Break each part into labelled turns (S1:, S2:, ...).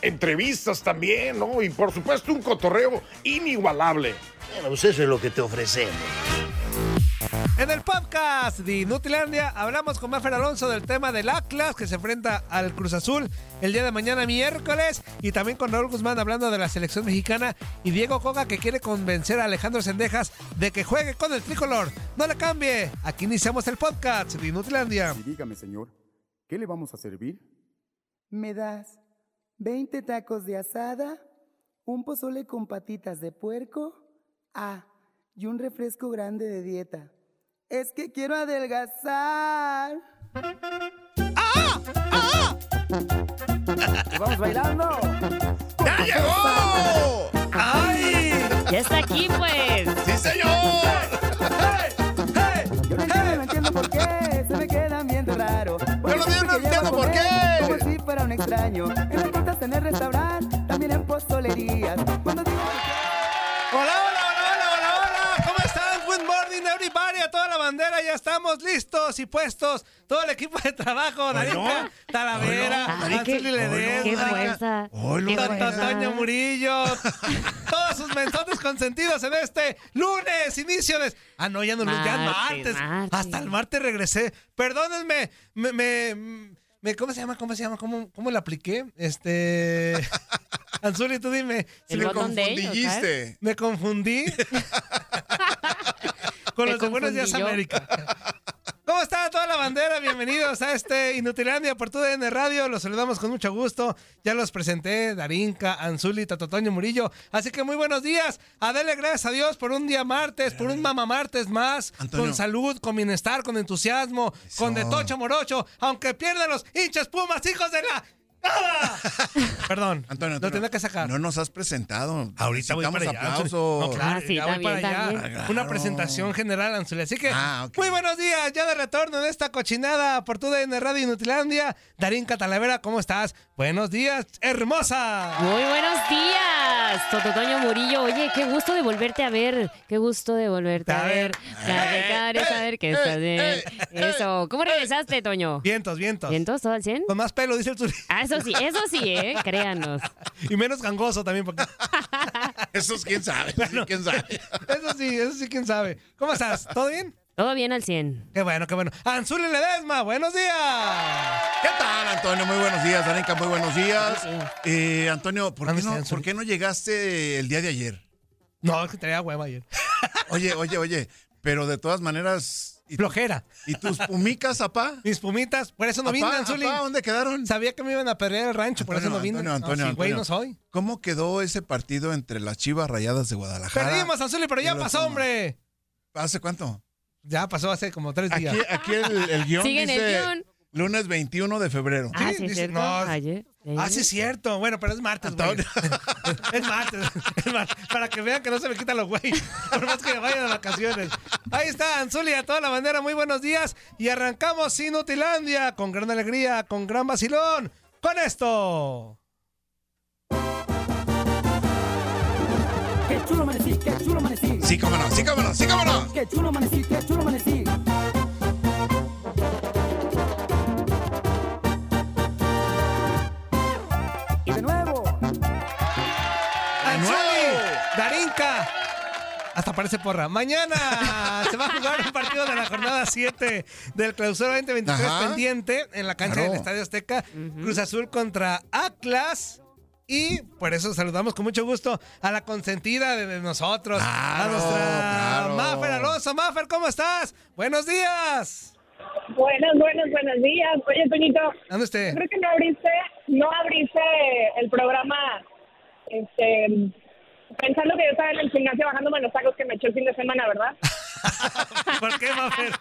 S1: Entrevistas también, ¿no? Y por supuesto un cotorreo inigualable.
S2: Bueno, pues eso es lo que te ofrecemos.
S3: En el podcast de Inutilandia hablamos con Mafer Alonso del tema del Atlas que se enfrenta al Cruz Azul el día de mañana miércoles y también con Raúl Guzmán hablando de la selección mexicana y Diego Coga que quiere convencer a Alejandro Sendejas de que juegue con el tricolor. No le cambie, aquí iniciamos el podcast de Inutilandia.
S4: Y dígame, señor, ¿qué le vamos a servir?
S5: ¿Me das 20 tacos de asada, un pozole con patitas de puerco? Ah, y un refresco grande de dieta. Es que quiero adelgazar.
S3: ¡Ah! ¡Ah!
S5: Y ¡Vamos bailando!
S1: ¡Ya llegó! ¡Ay!
S6: Ya está aquí, pues.
S1: ¡Sí, señor!
S5: Yo no entiendo, no entiendo por qué se me quedan viendo raro.
S1: Yo no entiendo, no entiendo por qué.
S5: Como si fuera un extraño. En las cuentas, en el restaurante, también en postolerías. Cuando digo
S3: Hola, hola, hola, hola, hola, hola. ¿Cómo están? Good morning, everybody. A toda la bandera ya estamos listos y puestos. Todo el equipo de trabajo, Darinka, Talavera,
S6: Ay, qué-
S3: Ángel Ledesma,
S6: qué fuerza. Qué
S3: Tanto
S6: fuerza.
S3: Toño Murillo. Todos sus mentones consentidos en este lunes, inicio de... Ah, no, ya no, lunes, ya es
S6: Martes,
S3: martes.
S6: martes.
S3: Hasta el martes regresé. Perdónenme, me... me- me- ¿Cómo se llama? ¿Cómo se llama? ¿Cómo, cómo la apliqué? Este... Anzuli, tú dime.
S6: El
S3: me
S6: botón de ellos, ¿sabes?
S3: me confundí con
S6: Te
S3: los de Buenos
S6: confundí
S3: Días
S6: yo.
S3: América. ¿Cómo está toda la bandera? Bienvenidos a este Inutilandia por TUDN Radio. Los saludamos con mucho gusto. Ya los presenté, Darinka, Anzuli, Tatotoño Murillo. Así que muy buenos días. Adele, gracias a Dios por un día martes, por un mamá martes más.
S7: Antonio.
S3: Con salud, con bienestar, con entusiasmo, con de tocho morocho. Aunque pierdan los hinchas pumas, hijos de la... ¡Ah! Perdón,
S7: Antonio,
S3: lo
S7: Antonio,
S3: tenía que sacar.
S7: No nos has presentado.
S1: Ahorita voy para allá,
S7: aplausos.
S3: No, claro,
S6: Ah, sí,
S3: ya voy
S6: también,
S3: para allá.
S6: también.
S7: Ah,
S3: Una
S7: claro.
S3: presentación general, Anzuli. Así que,
S7: Ah, ok.
S3: muy buenos días, ya de retorno en esta cochinada por tu DN Radio Inutilandia. Darín Catalavera, ¿cómo estás? Buenos días, hermosa.
S6: Muy buenos días, Tototoño Murillo. Oye, qué gusto de volverte a ver. Qué gusto de volverte a
S3: A
S6: ver.
S3: ver. Eh,
S6: A ver, a ver, a
S7: Eh,
S6: ver, que estás bien. Eso. ¿Cómo regresaste, Toño?
S3: Vientos, vientos.
S6: ¿Vientos? ¿Todo al 100?
S3: Con más pelo, dice el Zuli.
S6: Ah, eso sí, eso sí, ¿eh? Créanos.
S3: Y menos gangoso también. Porque...
S7: Esos quién sabe, sí, quién sabe.
S3: Eso sí, eso sí, quién sabe. ¿Cómo estás? ¿Todo bien?
S6: Todo bien al 100.
S3: Qué bueno, qué bueno. Anzuli Ledesma, buenos días.
S7: ¿Qué tal, Antonio? Muy buenos días, Arenca, muy buenos días.
S6: Buenos días.
S7: Eh, Antonio, ¿por
S3: ¿Dónde
S7: qué,
S3: está,
S7: no,
S3: Anzuli?
S7: por qué no llegaste el día de ayer?
S3: No, es que traía hueva ayer.
S7: Oye, oye, oye, pero de todas maneras... ¿Y,
S3: Flojera.
S7: ¿y tus pumicas, apá?
S3: Mis pumitas, por eso no vine,
S7: ¿Apá,
S3: Anzuli.
S7: apá, ¿Dónde quedaron?
S3: Sabía que me iban a perder el rancho, por eso no vine.
S7: Antonio,
S3: No,
S7: Antonio,
S3: sí, güey,
S7: Antonio.
S3: no soy.
S7: ¿Cómo quedó ese partido entre las Chivas Rayadas de Guadalajara?
S3: Perdimos, Anzuli, pero ya
S7: Y los
S3: pasó,
S7: Pumas.
S3: hombre.
S7: ¿Hace cuánto?
S3: Ya pasó hace como tres
S7: Aquí,
S3: días.
S7: aquí el, el guión
S6: Sigue en el
S7: dice
S6: guión.
S7: lunes 21 de febrero.
S6: Ah, sí, es
S3: dice-
S6: cierto.
S3: no.
S6: Ayer.
S3: Ah, sí, es cierto. Bueno, pero es martes, güey.
S7: Antonio.
S3: Es martes, es martes. Para que vean que no se me quitan los güey. Por más que me vayan de vacaciones. Ahí está, Anzuli, a toda la bandera. Muy buenos días. Y arrancamos sin Utilandia. Con gran alegría, con gran vacilón. Con esto.
S5: ¡Qué chulo amanecí! ¡Qué chulo amanecí!
S7: Sí, cómo no, sí, cómo no, sí, cómo no.
S5: ¡Qué chulo amanecí! ¡Qué chulo amanecí! Y de nuevo,
S3: Anzuli, Darinka. Hasta parece porra. Mañana se va a jugar un partido de la jornada 7 del Clausura 2023
S7: Ajá.
S3: pendiente en la cancha
S7: Claro.
S3: del Estadio Azteca. Cruz Azul contra Atlas. Y por eso saludamos con mucho gusto a la consentida de de nosotros, a
S7: Claro,
S3: nuestra
S7: claro.
S3: Mafer hermosa Maffer, ¿cómo estás? Buenos días.
S8: Buenos, buenos, buenos días. Oye, Toñito,
S3: ¿Dónde usted?
S8: creo que no abriste, no abriste el programa este, pensando que yo estaba en el gimnasio bajándome los tacos que me eché el fin de semana, ¿verdad?
S3: ¿Por qué, Maffer?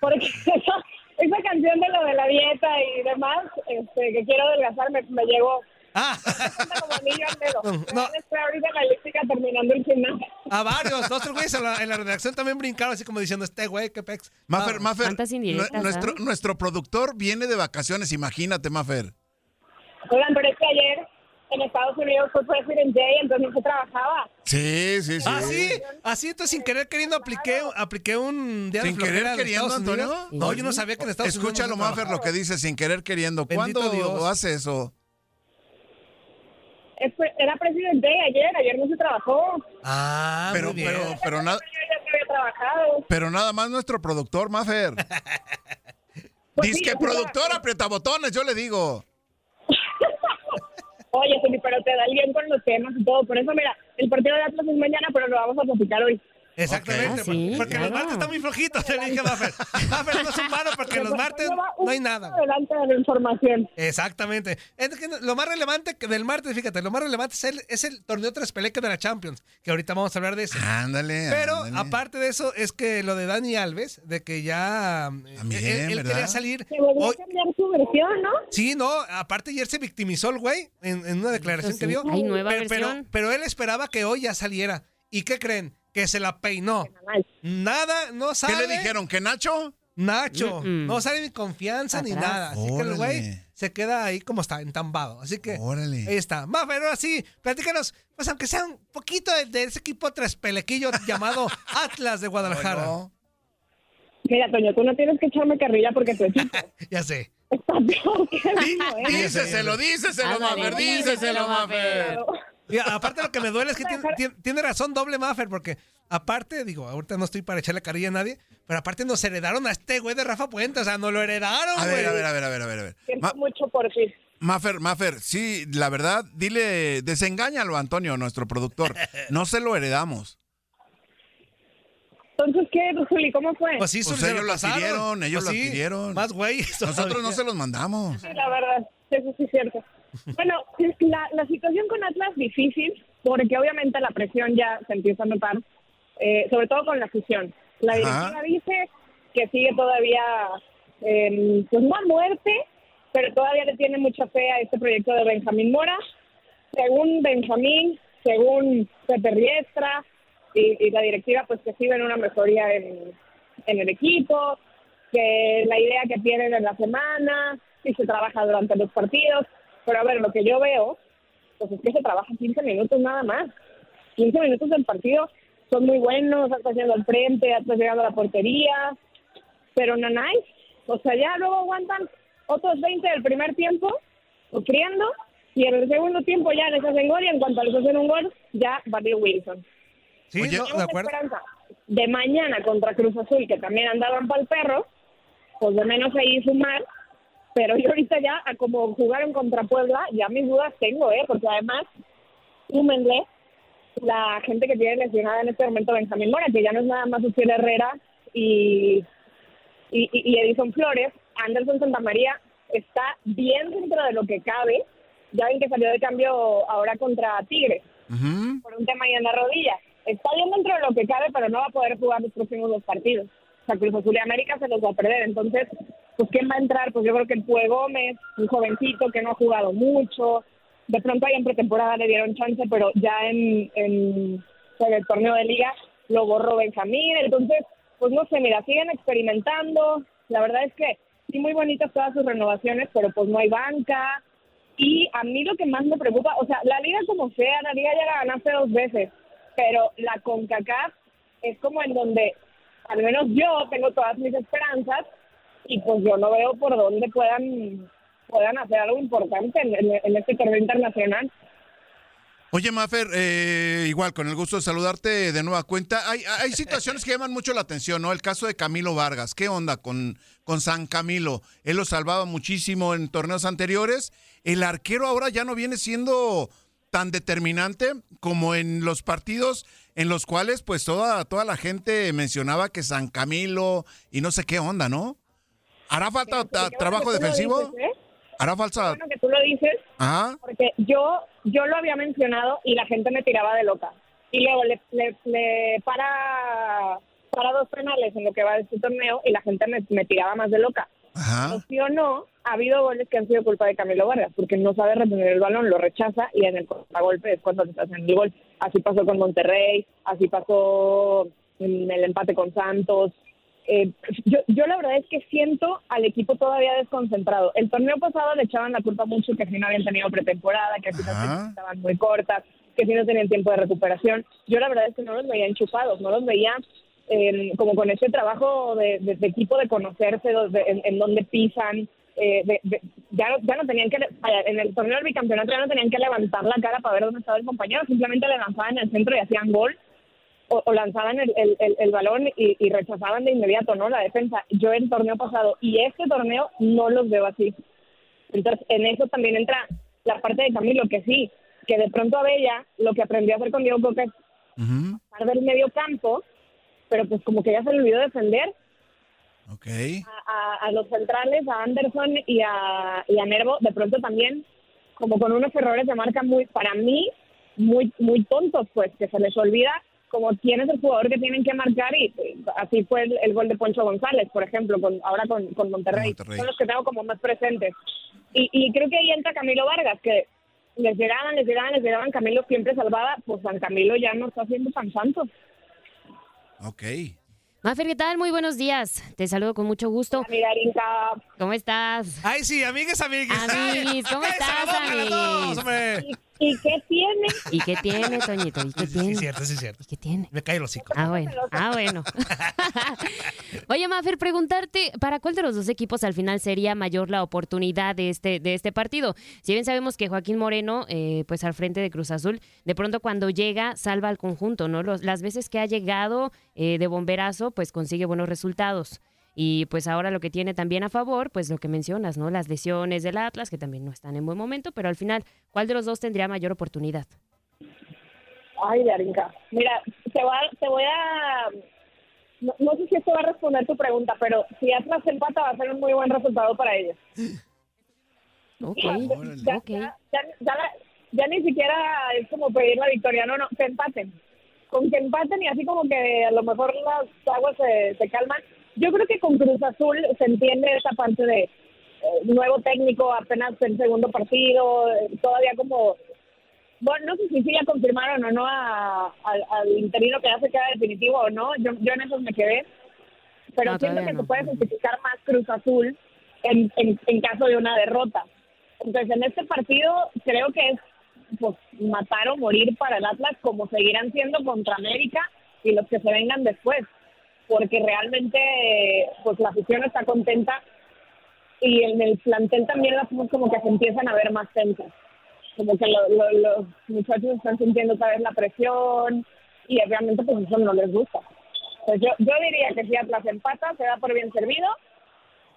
S8: Porque esa, esa canción de lo de la dieta y demás, este, que quiero adelgazar, me, me llegó
S3: Ah,
S8: como anillo al dedo.
S3: No.
S8: Estoy ahorita en la elíptica terminando el gimnasio.
S3: a varios, dos, tres güeyes en la, en la redacción también brincaron así como diciendo, este güey, qué pex.
S7: Mafer, Mafer,
S6: cuántas
S7: nue-
S6: indirectas,
S7: nuestro,
S6: ¿ah?
S7: nuestro productor viene de vacaciones, imagínate, Mafer.
S8: Oigan, pero es que ayer en Estados Unidos fue President Day, entonces no se trabajaba.
S7: Sí, sí, sí.
S3: Ah, sí, así entonces sin querer queriendo apliqué, apliqué un día de
S7: Sin querer
S3: flojera de
S7: queriendo,
S3: Estados Unidos.
S7: Antonio.
S3: No, yo no sabía que en Estados
S7: Escúchalo,
S3: Unidos. no se
S7: Mafer, lo que dice sin querer queriendo.
S3: Bendito
S7: ¿Cuándo
S3: Dios.
S7: hace eso?
S8: Es- Era President Day ayer, ayer no se trabajó.
S3: trabaja. Ah,
S7: pero,
S3: muy bien.
S7: pero, pero, nada,
S8: Yo ya se había trabajado.
S7: pero nada más nuestro productor, Mafer.
S8: Pues sí,
S7: Dice que
S8: yo sí
S7: productor
S8: trabajé.
S7: aprieta botones, yo le digo.
S8: Oye, Tony, pero te da el bien con los temas y todo. Por eso, mira, el partido de Atlas es mañana, pero lo vamos a platicar hoy.
S3: Exactamente,
S6: Ah, sí,
S3: porque los
S6: claro.
S3: martes están muy flojitos, te dije, Maffer. Maffer, no son malos porque los
S8: Porque
S3: martes
S8: lleva un
S3: no hay
S8: paso
S3: nada.
S8: Adelante de la información.
S3: Exactamente. Es que lo más relevante que del martes, fíjate, lo más relevante es el, es el torneo tres peleca de la Champions, que ahorita vamos a hablar de eso.
S7: Ándale.
S3: Pero
S7: ándale.
S3: aparte de eso, es que lo de Dani Alves, de que ya eh,
S7: También,
S3: él, él
S7: ¿verdad?
S3: quería salir.
S8: Se volvió
S3: Hoy-
S8: a cambiar su versión, ¿no?
S3: sí, no, aparte ayer se victimizó el güey en, en una declaración
S6: Eso
S3: que
S6: sí.
S3: dio.
S6: Ay, nueva
S3: pero, pero-
S6: versión.
S3: pero él esperaba que hoy ya saliera. ¿Y qué creen? Que se la peinó.
S8: Mal.
S3: Nada, no
S7: ¿Qué
S3: sale.
S7: le dijeron? ¿Que Nacho?
S3: Nacho,
S6: Mm-mm.
S3: no sale ni confianza ni
S6: Atrás.
S3: nada. Así que el
S7: Órale.
S3: güey se queda ahí como está, entambado. Así que
S7: Órale.
S3: ahí está. Más pero ahora sí, platícanos, pues aunque sea un poquito de, de ese equipo traspelequillo llamado Atlas de Guadalajara.
S7: Bueno.
S8: Mira, Toño, tú no tienes que echarme carrilla porque tu equipo
S3: Ya sé.
S8: está peor que el mío, ¿eh?
S7: Díceselo, díceselo,
S6: Ándale,
S7: Mafer, díceselo,
S6: díselo,
S7: Mafer.
S6: Mafer.
S3: Y aparte lo que me duele es que tiene, tiene- tiene razón doble Maffer, porque aparte, digo, ahorita no estoy para echarle carilla a nadie, pero aparte nos heredaron a este güey de Rafa Puente, o sea, nos lo heredaron,
S7: A
S3: güey.
S7: ver, a ver, a ver, a ver, a ver. a ver.
S8: Siento
S7: Ma-
S8: mucho por ti.
S7: Mafer, Mafer, sí, la verdad, dile, desengáñalo, Antonio, nuestro productor. No se lo heredamos.
S8: Entonces, ¿qué, Juli? ¿Cómo fue?
S3: Pues sí,
S7: Pues
S3: se lo
S7: ellos lo
S3: pasaron. Pues
S7: adquirieron, ellos lo adquirieron.
S3: Más güey.
S7: Nosotros no se los mandamos.
S8: Sí, la verdad, eso sí es cierto. Bueno, es la, la situación con Atlas difícil, porque obviamente la presión ya se empieza a notar, eh, sobre todo con la fusión. La directiva
S7: Ajá.
S8: dice que sigue todavía, eh, pues no a muerte, pero todavía le tiene mucha fe a este proyecto de Benjamín Mora. Según Benjamín, según Pepe Riestra y, y la directiva, pues que sí ven una mejoría en, en el equipo, que la idea que tienen en la semana, si se trabaja durante los partidos. Pero a ver, lo que yo veo, pues es que se trabaja 15 minutos nada más. 15 minutos del partido son muy buenos, estás yendo al frente, estás llegando a la portería, pero nanay, o sea, ya luego aguantan otros 20 del primer tiempo, sufriendo, y en el segundo tiempo ya les hacen gol, y en cuanto les hacen un gol, ya valió Wilson.
S3: Sí,
S7: Oye,
S3: no,
S8: Tengo
S3: de
S8: la
S3: acuerdo.
S8: esperanza de mañana contra Cruz Azul, que también andaban para el perro, pues de menos ahí sumar. Pero yo ahorita ya, a como jugaron contra Puebla, ya mis dudas tengo, ¿eh? Porque además, súmenle la gente que tiene lesionada en este momento Benjamín Mora, que ya no es nada más Uciel Herrera y, y, y- y Edison Flores. Anderson Santamaría está bien dentro de lo que cabe. Ya ven que salió de cambio ahora contra Tigres
S7: Ujú.
S8: por un tema ahí en la rodilla. Está bien dentro de lo que cabe, pero no va a poder jugar los próximos dos partidos. O sea, Cruz Azul y América se los va a perder. Entonces, pues, ¿quién va a entrar? Pues yo creo que el Pue Gómez, un jovencito que no ha jugado mucho. De pronto ahí en pretemporada le dieron chance, pero ya en, en, en el torneo de liga lo borró Benjamín. Entonces, pues no sé, mira, siguen experimentando. La verdad es que sí, muy bonitas todas sus renovaciones, pero pues no hay banca. Y a mí lo que más me preocupa, o sea, la liga como sea, la liga ya la ganaste dos veces, pero la CONCACAF es como en donde, al menos yo tengo todas mis esperanzas y pues yo no veo por dónde puedan puedan hacer algo importante en, en- en este torneo internacional.
S7: Oye, Mafer, eh, igual, con el gusto de saludarte de nueva cuenta. Hay, hay situaciones que llaman mucho la atención, ¿no? El caso de Camilo Vargas. ¿Qué onda con, con San Camilo? Él lo salvaba muchísimo en torneos anteriores. El arquero ahora ya no viene siendo tan determinante como en los partidos en los cuales pues toda, toda la gente mencionaba que San Camilo y no sé qué onda, ¿no? ¿Hará falta ta-
S8: Qué bueno
S7: trabajo
S8: que tú lo
S7: defensivo?
S8: dices, ¿eh?
S7: ¿Hará falta? ¿Ah?
S8: Bueno, que tú lo dices,
S7: Ajá.
S8: porque yo, yo lo había mencionado y la gente me tiraba de loca. Y luego le, le- le para, para dos penales en lo que va de este torneo y la gente me, me tiraba más de loca. O sí o no, ha habido goles que han sido culpa de Camilo Vargas, porque no sabe retener el balón, lo rechaza y en el contragolpe es cuando le hacen el gol. Así pasó con Monterrey, así pasó en el empate con Santos. Eh, yo, yo la verdad es que siento al equipo todavía desconcentrado. El torneo pasado le echaban la culpa mucho que si no habían tenido pretemporada, que si las fechas estaban muy cortas, que si no tenían tiempo de recuperación. Yo la verdad es que no los veía enchufados, no los veía eh, como con ese trabajo de, de- de equipo de conocerse, de- de- en, en dónde pisan. eh, de- de- ya, no, ya no tenían que, vaya, en el torneo del bicampeonato ya no tenían que levantar la cara para ver dónde estaba el compañero, simplemente le lanzaban el centro y hacían gol o, o lanzaban el, el- el- el balón y, y rechazaban de inmediato, ¿no? La defensa. Yo el torneo pasado y este torneo no los veo así. Entonces, en eso también entra la parte de Camilo, que sí, que de pronto Abella lo que aprendió a hacer con Diego Coca es pasar del medio campo, pero pues como que ya se le olvidó defender a, a- a los centrales, a Anderson y a, y a Nervo, de pronto también, como con unos errores de marca muy, para mí, muy, muy tontos, pues, que se les olvida como quién es el jugador que tienen que marcar y eh, así fue el, el gol de Poncho González, por ejemplo, con, ahora con, con Monterrey.
S7: Monterrey.
S8: Son los que tengo como más presentes. Y, y creo que ahí entra Camilo Vargas, que les llegaban, les llegaban, les llegaban, Camilo siempre salvaba, pues San Camilo ya no está siendo tan santo.
S7: Ok.
S6: Mafer, ¿qué tal? Muy buenos días. Te saludo con mucho gusto. ¿Cómo estás?
S3: Ay, sí, amigues, amigues.
S6: Amiguis, ¿cómo
S3: Ay,
S6: estás,
S3: cállese la boca, las dos,
S6: amiguis?
S3: hombre.
S8: ¿Y qué tiene?
S6: ¿Y qué tiene, Toñito? ¿Y qué
S3: Sí,
S6: tiene?
S3: cierto, sí, cierto.
S6: ¿Qué tiene?
S3: Me cae el hocico.
S6: Ah, bueno. Ah, bueno. Oye, Mafer, preguntarte, ¿para cuál de los dos equipos al final sería mayor la oportunidad de este, de este partido? Si bien sabemos que Joaquín Moreno, eh, pues al frente de Cruz Azul, de pronto cuando llega, salva al conjunto, ¿no? Los- las veces que ha llegado eh, de bomberazo, pues consigue buenos resultados. Y pues ahora lo que tiene también a favor, pues lo que mencionas, ¿no? Las lesiones del Atlas, que también no están en buen momento, pero al final, ¿cuál de los dos tendría mayor oportunidad?
S8: Ay, Darinka. Mira, te voy a... Te voy a no, no sé si esto va a responder tu pregunta, pero si Atlas empata va a ser un muy buen resultado para ellos.
S6: Ok,
S8: Ya,
S6: ok.
S8: ya, ya, ya la- ya ni siquiera es como pedir la victoria, no, no, que empaten. Con que empaten y así como que a lo mejor las aguas se, se calman. Yo creo que con Cruz Azul se entiende esa parte de eh, nuevo técnico, apenas el segundo partido, eh, todavía como... Bueno, no sé si sí ya confirmaron o no a- al- al interino que ya se queda definitivo o no. Yo, yo en eso me quedé pero
S6: No,
S8: siento
S6: todavía
S8: que
S6: no.
S8: se puede justificar más Cruz Azul en, en, en caso de una derrota. Entonces, en este partido creo que es pues, matar o morir para el Atlas, como seguirán siendo contra América y los que se vengan después, porque realmente pues la afición está contenta y en el plantel también las cosas como que se empiezan a ver más tensas. Como que lo- lo- los muchachos están sintiendo otra vez la presión y obviamente pues eso no les gusta. Pues yo, yo diría que si Atlas empata, se da por bien servido.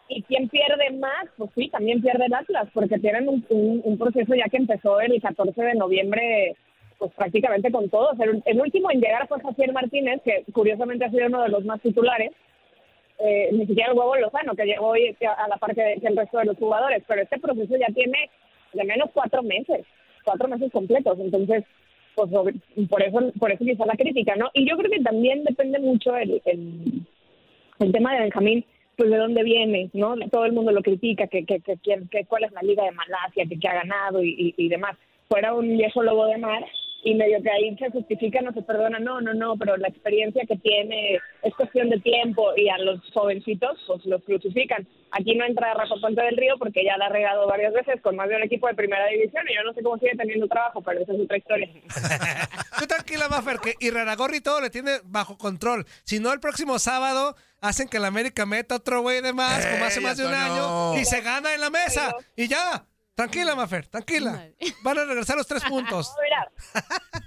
S8: Y quien pierde más, pues sí, también pierde el Atlas, porque tienen un, un- un proceso ya que empezó el 14 de noviembre, pues prácticamente con todos. El, el último en llegar fue Javier Martínez, que curiosamente ha sido uno de los más titulares. Eh, ni siquiera el huevo Lozano, que llegó hoy a a la par que, que el resto de los jugadores. Pero este proceso ya tiene de menos cuatro meses, cuatro meses completos. Entonces, pues sobre- por eso por eso quizá la crítica, ¿no? Y yo creo que también depende mucho el, el, el tema de Benjamín, pues de dónde viene, ¿no? Todo el mundo lo critica, que, que, que, quién- que cuál es la liga de Malasia, que, que ha ganado y, y, y demás. Fuera un viejo lobo de mar y medio que ahí se justifica, no se perdona, no, no, no, pero la experiencia que tiene es cuestión de tiempo y a los jovencitos pues los crucifican. Aquí no entra Rafa Puente del Río porque ya la ha regado varias veces con más de un equipo de primera división y yo no sé cómo sigue teniendo trabajo, pero esa es otra historia.
S3: Tú tranquila, Maffer, que Iraragorri todo le tiene bajo control. Si no, el próximo sábado hacen que la América meta otro güey de más, como hace
S7: Ey,
S3: más de un
S7: Antonio.
S3: año, y se gana en la mesa. Y ya. Tranquila, Mafer, tranquila. Van a regresar los tres puntos.
S8: No, mira,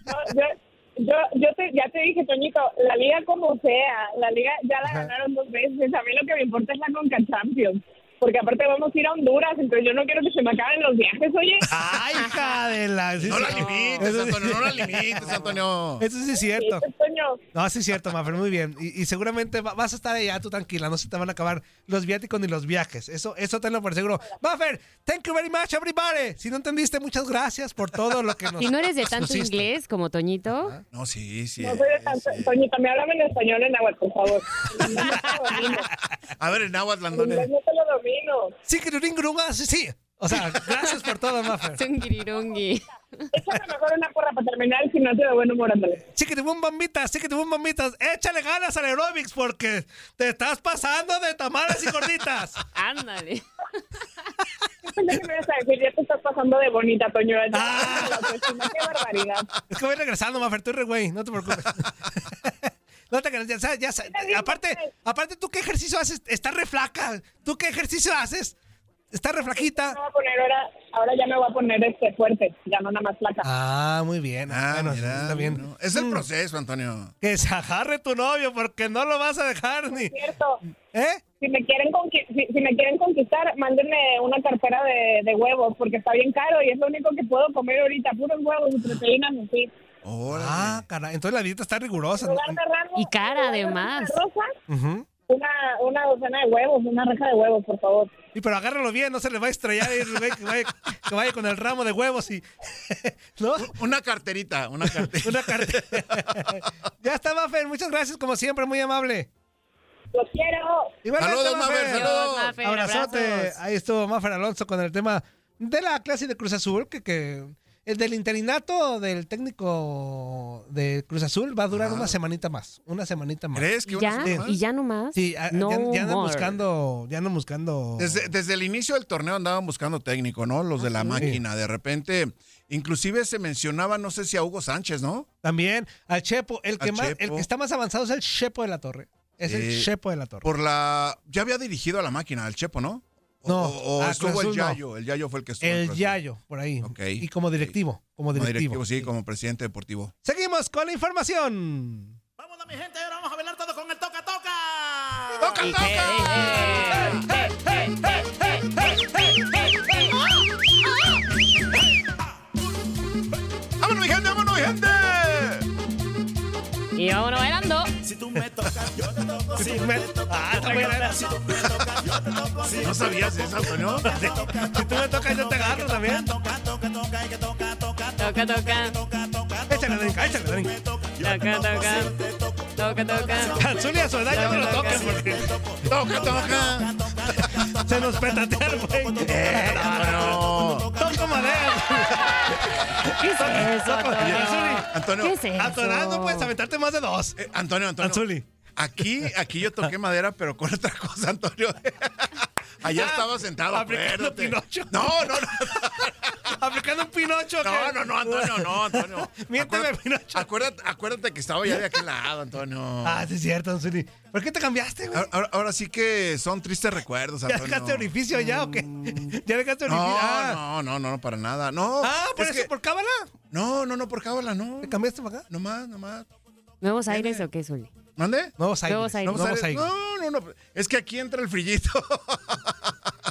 S8: no, yo, yo, yo te- ya te dije, Toñito, la liga como sea, la liga ya la ganaron dos veces. A mí lo que me importa es la Conca Champions. Porque aparte vamos a ir a Honduras, entonces yo no quiero que se me acaben los viajes, oye.
S3: ¡Ay, hija de la! sí,
S7: No
S3: sí.
S7: la limites,
S3: Eso sí-
S7: Antonio, no la limites, Antonio.
S3: Eso sí es
S8: Sí,
S3: cierto.
S8: pues, coño.
S3: No, sí es cierto, Mafer, muy bien. Y, y seguramente va- vas a estar allá tú tranquila, no se te van a acabar los viáticos ni los viajes. Eso, eso tenlo por seguro. Mafer, thank you very much, everybody. Si no entendiste, muchas gracias por todo lo que nos
S6: Si no eres de tanto
S3: pusiste.
S6: inglés como Toñito,
S7: No, sí, sí.
S8: No soy de tanto. Toñita, me háblame en español en agua, por favor. No te lo domino.
S7: A ver, en Nahuatl,
S8: En inglés
S7: Antonio.
S8: no te lo domino.
S3: Sí, que gringa, sí, sí. O sea, gracias por todo, Mafer.
S6: Tungirungui.
S8: Échame mejor una porra para terminar el gimnasio de buen humor, ándale.
S3: Chiquitibum bombitas, chiquitibum bombitas, échale ganas al aerobics porque te estás pasando de tamales y gorditas.
S6: Ándale.
S8: Yo pensé que me ibas a decir, ya te estás pasando de bonita, Toño. Ya te
S3: Ah.
S8: bajaste la autoestima, Pues ¡Qué barbaridad!
S3: Es que voy regresando, Mafer, tú eres güey, no te preocupes. No te creas, ya sabes, ya sabes. Aparte, aparte, ¿tú qué ejercicio haces? Estás re flaca. ¿Tú qué ejercicio haces? Estás re
S8: Me
S3: flaquita.
S8: voy a poner ahora, ahora ya me voy a poner este fuerte, ya no nada más flaca.
S3: Ah, muy bien.
S7: Ah,
S3: bueno,
S7: mira,
S3: está bien.
S7: bueno. Es el
S3: Mm.
S7: proceso, Antonio.
S3: Que se agarre tu novio porque no lo vas a dejar ni...
S8: Cierto.
S3: ¿Eh?
S8: Si me quieren conqui- si, si me quieren conquistar, mándenme una cartera de, de huevos porque está bien caro y es lo único que puedo comer ahorita, puros huevos y proteínas así.
S7: Órale.
S3: Ah, caray. Entonces la dieta está rigurosa.
S8: En
S3: ¿no?
S8: lugar de ramo,
S6: Y cara,
S8: en lugar de
S6: además.
S8: rosa,
S3: Ujú.
S8: una una docena de huevos, una reja de huevos, por favor.
S3: Y pero agárralo bien, no se le va a estrellar y ve que vaya, que vaya con el ramo de huevos y... ¿No?
S7: Una carterita, una carterita.
S3: Una carta. ya está, Mafer. Muchas gracias, como siempre, muy amable.
S8: Los quiero.
S3: Igualmente,
S7: Saludos, Mafer, saludos.
S6: Mafer,
S3: Abrazote.
S6: abrazos.
S3: Ahí estuvo Mafer Alonso con el tema de la clase de Cruz Azul, que, que el del interinato del técnico de Cruz Azul va a durar una semanita más. Una semanita más.
S7: Ah. ¿Crees que
S6: ¿Y
S7: una
S6: ya?
S7: semana?
S6: ¿Y ya nomás?
S3: Sí, a-
S6: No
S3: ya, ya andan
S6: more.
S3: buscando, ya andan buscando.
S7: Desde, desde el inicio del torneo andaban buscando técnico, ¿no? Los de
S3: Ah,
S7: la máquina. De repente, inclusive se mencionaba, no sé si a Hugo Sánchez, ¿no?
S3: También al Chepo, el que
S7: Al
S3: más, el
S7: Chepo. Eh,
S3: que está más avanzado es el Chepo de la Torre. Es el
S7: Sí.
S3: Chepo de la Torre.
S7: Por la. Ya había dirigido a la máquina, al Chepo, ¿no? O-
S3: No,
S7: O, o
S3: a
S7: estuvo
S3: Ah, Cruz
S7: el
S3: Azul no.
S7: Yayo. El Yayo fue el que estuvo. en
S3: El
S7: Cruz Azul.
S3: Yayo, por ahí.
S7: Ok.
S3: Y como directivo. Como
S7: Como
S3: directivo.
S7: directivo, sí, como presidente deportivo.
S3: Seguimos con la información.
S7: ¡Toca, toca! ¡Vámonos, mi gente! ¡Vámonos, mi gente!
S6: Y vámonos bailando.
S3: Ah, está buena. Si tú
S7: ¿No sabías eso, Antonio?
S3: me tocas, yo te agarro también.
S6: Toca, toca.
S3: Échale, Darinka, échale, Darinka.
S6: Toca, toca. Toca, toca.
S3: Al Zuli y a su edad ya no lo toques porque
S7: ¡Toca, toca!
S3: se nos petatea el güey.
S6: Eh,
S7: ¡Antonio!
S3: Toco madera.
S6: ¿Qué es eso,
S3: Toco- Al
S6: Antonio?
S3: Zuli.
S7: Antonio,
S6: ¿Qué es eso?
S3: Antonio, no puedes aventarte más de dos.
S7: eh, Antonio, Antonio.
S3: Anzuli.
S7: Aquí, aquí yo toqué madera, pero con otra cosa, Antonio. Allá estaba sentado,
S3: Aplicando
S7: acuérdate.
S3: Pinocho.
S7: No, no, no.
S3: Aplicando un pinocho.
S7: No, no, no, Antonio, no, Antonio.
S3: Miénteme, Pinocho.
S7: Acuérdate, acuérdate que estaba ya de aquel lado, Antonio.
S3: Ah, sí es cierto, Anzuli. ¿Por qué te cambiaste, güey?
S7: Ahora, ahora- ahora sí que son tristes recuerdos,
S3: ¿Ya
S7: Antonio. Mm.
S3: dejaste orificio ya o qué? ¿Ya dejaste orificio?
S7: No,
S3: ah,
S7: no, no, no, no, para nada. No.
S3: Ah, por
S7: es
S3: eso,
S7: que-
S3: por cábala.
S7: No, no, no, por cábala, no.
S3: ¿Te cambiaste para acá?
S7: Nomás, nomás.
S6: ¿Nuevos aires o qué, Zuli?
S7: ¿Mande?
S3: Nuevos aires.
S6: Nuevos aires.
S3: Nuevos
S7: Vamos a-
S3: aires.
S7: No, no, no. Es que aquí entra el frillito.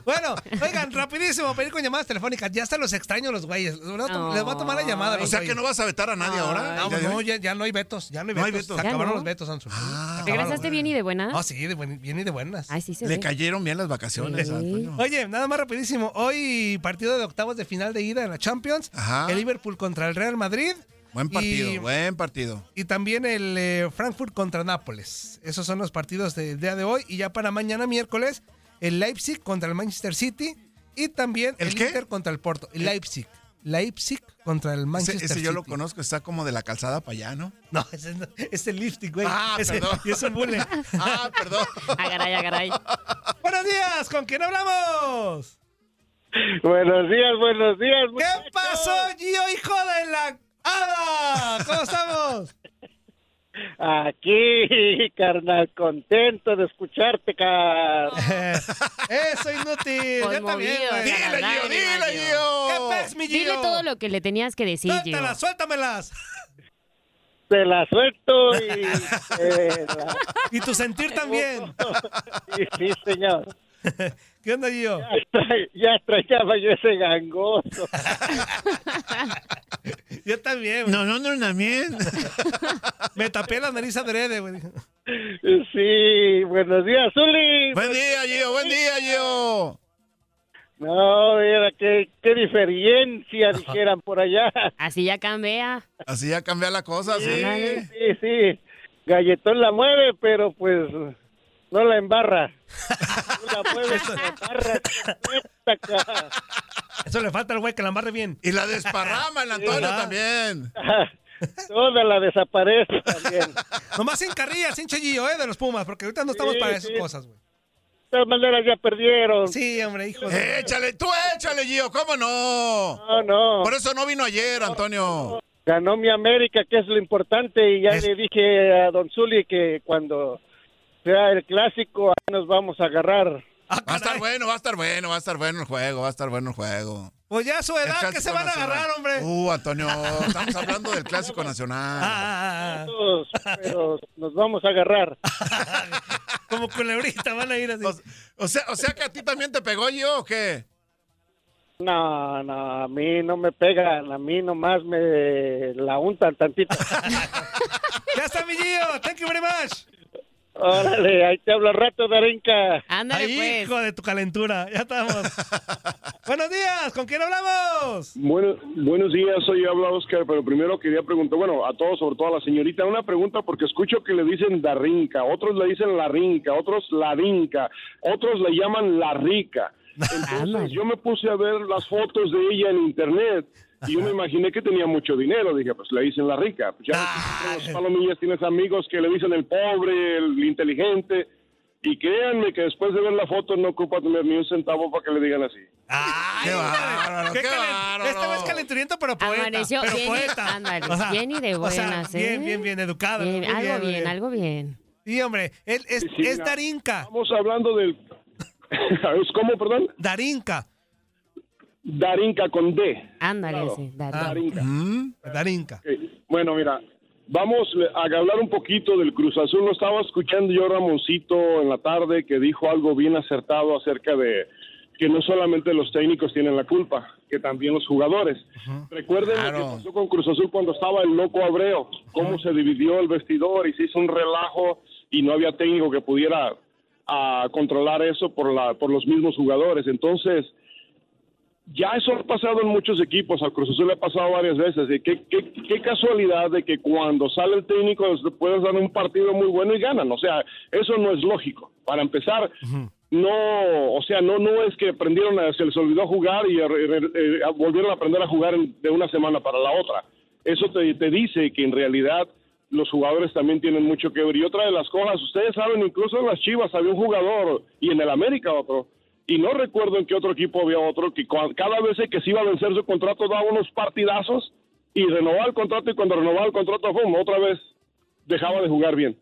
S3: Bueno, oigan, rapidísimo, pedir con llamadas telefónicas. Ya hasta los extraño los güeyes. Les voy a, tom-
S6: Ay.
S3: les voy a tomar la llamada. a
S7: o
S3: los
S7: sea que
S3: güeyes.
S7: no vas a vetar a nadie ahora.
S3: No,
S7: ¿Ya de
S3: no,
S7: hoy?
S3: ya, ya no hay vetos, ya no hay
S7: No hay
S3: vetos.
S7: vetos. Ah.
S3: Se
S6: ¿Ya
S3: acabaron
S6: no?
S3: los vetos, Anzuli. Se acabaron los
S6: ¿Regresaste bien y de buena?
S3: vetos. No, sí, de buen- bien y de buenas.
S6: Ay, Ah, sí se
S7: Le
S6: ve.
S7: cayeron bien las vacaciones,
S6: Sí.
S7: Antonio.
S3: Mm. Oye, nada más rapidísimo. Hoy partido de octavos de final de ida en la Champions.
S7: Ajá.
S3: El Liverpool contra el Real Madrid.
S7: Buen partido,
S3: Y-
S7: buen partido.
S3: Y también el eh, Frankfurt contra Nápoles. Esos son los partidos del día de hoy. Y ya para mañana miércoles, el Leipzig contra el Manchester City. Y también
S7: ¿El
S3: el,
S7: qué?
S3: Inter contra el Porto. El Leipzig. Leipzig contra el
S7: Ese,
S3: Manchester
S7: ese yo lo
S3: City.
S7: conozco, está como de la calzada para allá, ¿no?
S3: No, ese no- es el lifting, güey.
S7: Ah,
S3: Ese-
S7: perdón.
S3: Y es el bule.
S7: Ah, perdón.
S6: Agaray, agaray.
S3: Buenos días, ¿con quién hablamos?
S9: Buenos días, buenos días.
S3: ¿Qué pasó, Gio, hijo de la hada? ¿Cómo estamos?
S9: Aquí, carnal, contento de escucharte, carnal.
S3: Eh, Eso, inútil. Yo también,
S6: Conmovido,
S3: güey.
S6: la
S7: Dile,
S6: verdad,
S7: Gio,
S6: Gio.
S7: dile,
S3: ¿Qué
S7: Gio.
S3: pez, mi Gio?
S6: Dile todo lo que le tenías que decir, Gio.
S3: Suéltamelas, suéltamelas.
S9: Te la suelto y... te la-
S3: Y tu sentir también.
S9: Sí, sí, señor.
S3: ¿Qué onda, Gio?
S9: Ya traigaba yo ese gangoso.
S3: Yo también.
S7: No, no, no, también.
S3: Me tapé la nariz adrede, güey.
S9: Sí, buenos días, Zuli.
S7: Buen día, Gio, buen día, Gio.
S9: No, mira, qué, qué diferencia, dijeran por allá.
S6: Así ya cambia.
S7: Así ya cambia la cosa, sí.
S9: Sí, sí, sí. Galletón la mueve, pero pues no la embarra. Tú la mueves, la embarra. completa,
S3: Eso le falta al güey que la amarre bien.
S7: Y la desparrama el Antonio
S3: Ajá.
S7: también.
S9: ca- Toda la desaparece también.
S3: Nomás sin carrillas, sin chillillo, ¿eh? De los Pumas, porque ahorita no estamos
S9: Sí,
S3: para esas
S9: sí.
S3: cosas, güey.
S9: De todas maneras ya perdieron.
S3: Sí, hombre, hijo de...
S7: Échale, tú échale, Gio, ¿cómo no?
S9: No, no.
S7: Por eso no vino ayer, Antonio.
S9: Ganó mi América, que es lo importante, y ya
S3: Es-
S9: le dije a Don Zuli que cuando sea el clásico, ahí nos vamos a agarrar.
S7: Va a estar bueno, va a estar bueno, va a estar bueno el juego, va a estar bueno el juego.
S3: Pues ya a su edad,
S7: El
S3: ¿qué se
S7: Clásico
S3: van a
S7: Nacional.
S3: agarrar, hombre?
S7: Uh, Antonio, estamos hablando del Clásico Nacional.
S3: Ah, ah,
S9: Todos, pero nos vamos a agarrar.
S3: ah. como culebrita van a ir así.
S7: O, o sea, o sea que a ti también te pegó Gio, ¿o qué?
S9: No, no, a mí no me pegan, a mí nomás me la untan tantito.
S3: Ya está, mi Gio. Thank you very much.
S9: Órale, ahí te hablo al rato, Darinka.
S6: Ándale,
S3: Ay,
S6: pues.
S3: hijo de tu calentura. Ya estamos. Buenos días. ¿Con quién hablamos?
S10: Bueno, buenos días, soy yo, habla Oscar, pero primero quería preguntar, bueno, a todos, sobre todo a la señorita, una pregunta porque escucho que le dicen Darrinca, otros le dicen La Rinca, otros La Rinca, otros le llaman La Rica. Entonces yo me puse a ver las fotos de ella en internet y yo me imaginé que tenía mucho dinero, dije, pues le dicen La Rica. Pues ya ves que los palomillas tienes amigos que le dicen el pobre, el inteligente, y créanme que después de ver la foto no ocupa tener ni un centavo para que le digan así.
S7: ¡Ay, qué bárbaro, qué,
S3: Qué calen-
S7: bárbaro!
S3: Este güey es calenturiento, pero poeta.
S6: Amaneció
S3: pero
S6: bien y-
S3: poeta.
S6: ándale, bien y de
S3: o sea,
S6: buenas, ¿eh?
S3: Bien, bien, bien, educado.
S6: Bien,
S3: Ah, muy
S6: Eh, algo
S3: muy
S6: bien, algo bien.
S3: Sí, hombre, él es,
S10: Sí, sí,
S3: es
S10: no.
S3: Darinka.
S10: Estamos hablando del... ¿Es ¿Cómo, perdón?
S3: Darinka.
S10: Darinka con D.
S6: Ándale,
S10: Claro.
S6: sí, dale.
S3: Ah.
S10: Darinka.
S7: Mm,
S3: Darinka.
S10: Ok. Bueno, mira, vamos le- a hablar un poquito del Cruz Azul. Lo estaba escuchando yo, Ramoncito, en la tarde, que dijo algo bien acertado acerca de que no solamente los técnicos tienen la culpa, que también los jugadores. Recuerden lo
S7: Claro.
S10: que pasó con Cruz Azul cuando estaba el loco Abreu, cómo se dividió el vestidor y se hizo un relajo y no había técnico que pudiera ah, controlar eso por, la, por los mismos jugadores. Entonces, ya eso ha pasado en muchos equipos, al Cruz Azul le ha pasado varias veces. Y qué, qué, qué casualidad de que cuando sale el técnico este, puedes dar un partido muy bueno y ganan. O sea, eso no es lógico. Para empezar, no, o sea, no, no es que aprendieron, a- se les olvidó jugar y eh, eh, eh, volvieron a aprender a jugar en- de una semana para la otra. Eso te, te dice que en realidad los jugadores también tienen mucho que ver. Y otra de las cosas, ustedes saben, incluso en las Chivas había un jugador y en el América otro. Y no recuerdo en qué otro equipo había otro que cua- cada vez que se iba a vencer su contrato daba unos partidazos y renovaba el contrato y cuando renovaba el contrato, ¡pum! otra vez dejaba de jugar bien.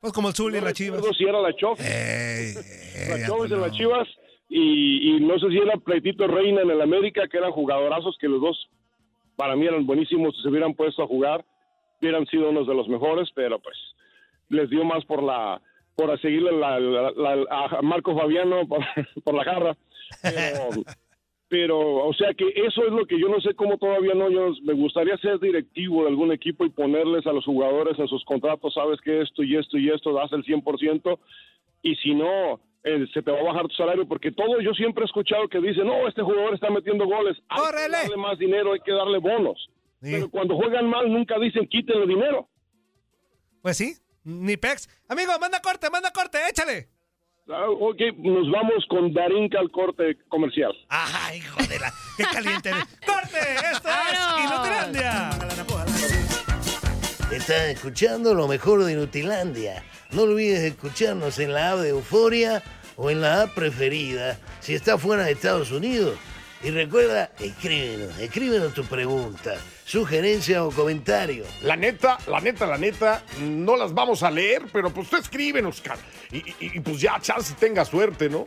S3: Pues como el Zuli en
S10: No
S3: la Chivas. Eh,
S10: recuerdo si era la Chofi
S7: ey, ey,
S10: las
S3: pues
S10: Chivas en
S7: Antonio.
S10: las Chivas y, y no sé si era Pleitito Reina en el América, que eran jugadorazos que los dos para mí eran buenísimos, si se hubieran puesto a jugar, hubieran sido unos de los mejores, pero pues les dio más por la por a seguirle la- la- la- a Marco Fabiano por, por la jarra. Pero, pero, o sea que eso es lo que yo no sé cómo todavía no, yo me gustaría ser directivo de algún equipo y ponerles a los jugadores en sus contratos, sabes que esto y esto y esto, das el 100%, y si no, eh, se te va a bajar tu salario, porque todo yo siempre he escuchado que dicen, no, este jugador está metiendo goles, hay que
S3: ¡Córrele!
S10: darle más dinero, hay que darle bonos.
S3: Sí.
S10: Pero cuando juegan mal nunca dicen quítenle dinero.
S3: Pues sí, ni pex. Amigo, manda corte, manda corte, échale.
S10: Ah, ok, nos vamos con Darinka al corte comercial.
S3: Ay, hijo de la... ¡Qué caliente! eres. ¡Corte! ¡Esto es
S6: ¡Vámonos!
S3: Inutilandia!
S2: Estás escuchando lo mejor de Nutilandia. No olvides escucharnos en la app de Euforia o en la app preferida si estás fuera de Estados Unidos. Y recuerda, escríbenos, escríbenos tu pregunta, sugerencia o comentario.
S1: La neta, la neta, la neta, no las vamos a leer, pero pues tú escríbenos, Oscar. Y, y- y, pues ya, chance tenga suerte, ¿no?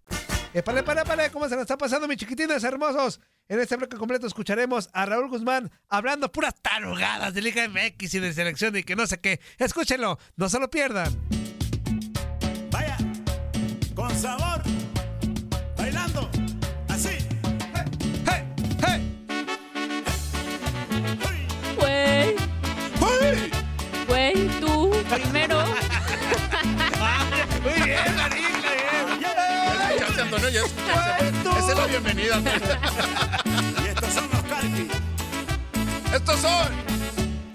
S3: Epale, para, para, ¿cómo se nos está pasando, mis chiquitines hermosos? En este bloque completo escucharemos a Raúl Guzmán hablando puras tarugadas de Liga MX y de selección y que no sé qué. Escúchenlo, no se lo pierdan.
S11: con sabor, bailando, así.
S6: Güey. Güey, tú primero.
S3: Muy bien,
S11: eh.
S7: Ya se Antonio, ya es, esa es la bienvenida.
S11: Y estos son los calqui.
S7: Estos son.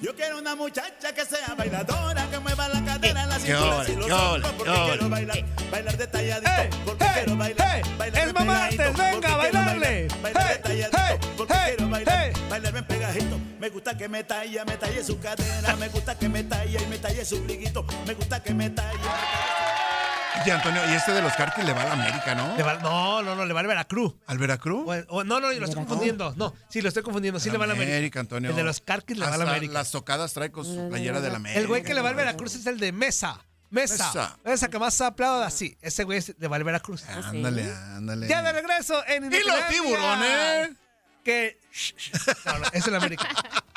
S11: Yo quiero una muchacha que sea bailadora, que mueva la cadera, la
S7: qué
S11: cintura,
S7: ole,
S11: si los
S7: qué ole,
S11: hombros, porque
S7: qué ole.
S11: quiero bailar, bailar detalladito, porque quiero bailar, bailar
S3: es mamartes,
S11: pegadito,
S3: venga,
S11: porque quiero
S3: bailarle.
S11: bailar, bailar detalladito, porque quiero bailar, bailar bien pegadito. Me gusta que me talla, me talle su cadera, me gusta que me talla y me talle su briguito, me gusta que me talla.
S7: Oye, Antonio, y este de los Carquis le va a la América, ¿no?
S3: Le va- no, no, no, le va al Veracruz.
S7: ¿Al Veracruz?
S3: O- no, no, yo lo estoy confundiendo. No, sí, lo estoy confundiendo. Sí, le va al América.
S7: Antonio.
S3: El de los Carquis le va al
S7: Hasta
S3: América.
S7: Las tocadas trae con su playera de la América.
S3: El güey que le va al Veracruz es el de Mesa. Mesa.
S7: Mesa.
S3: Mesa, que más aplauda así. Ese güey es- le va al Veracruz.
S7: Ándale, ándale.
S3: Ya de regreso en
S7: Y los
S3: Inutilandia.
S7: tiburones.
S3: Que. No, no, es el América.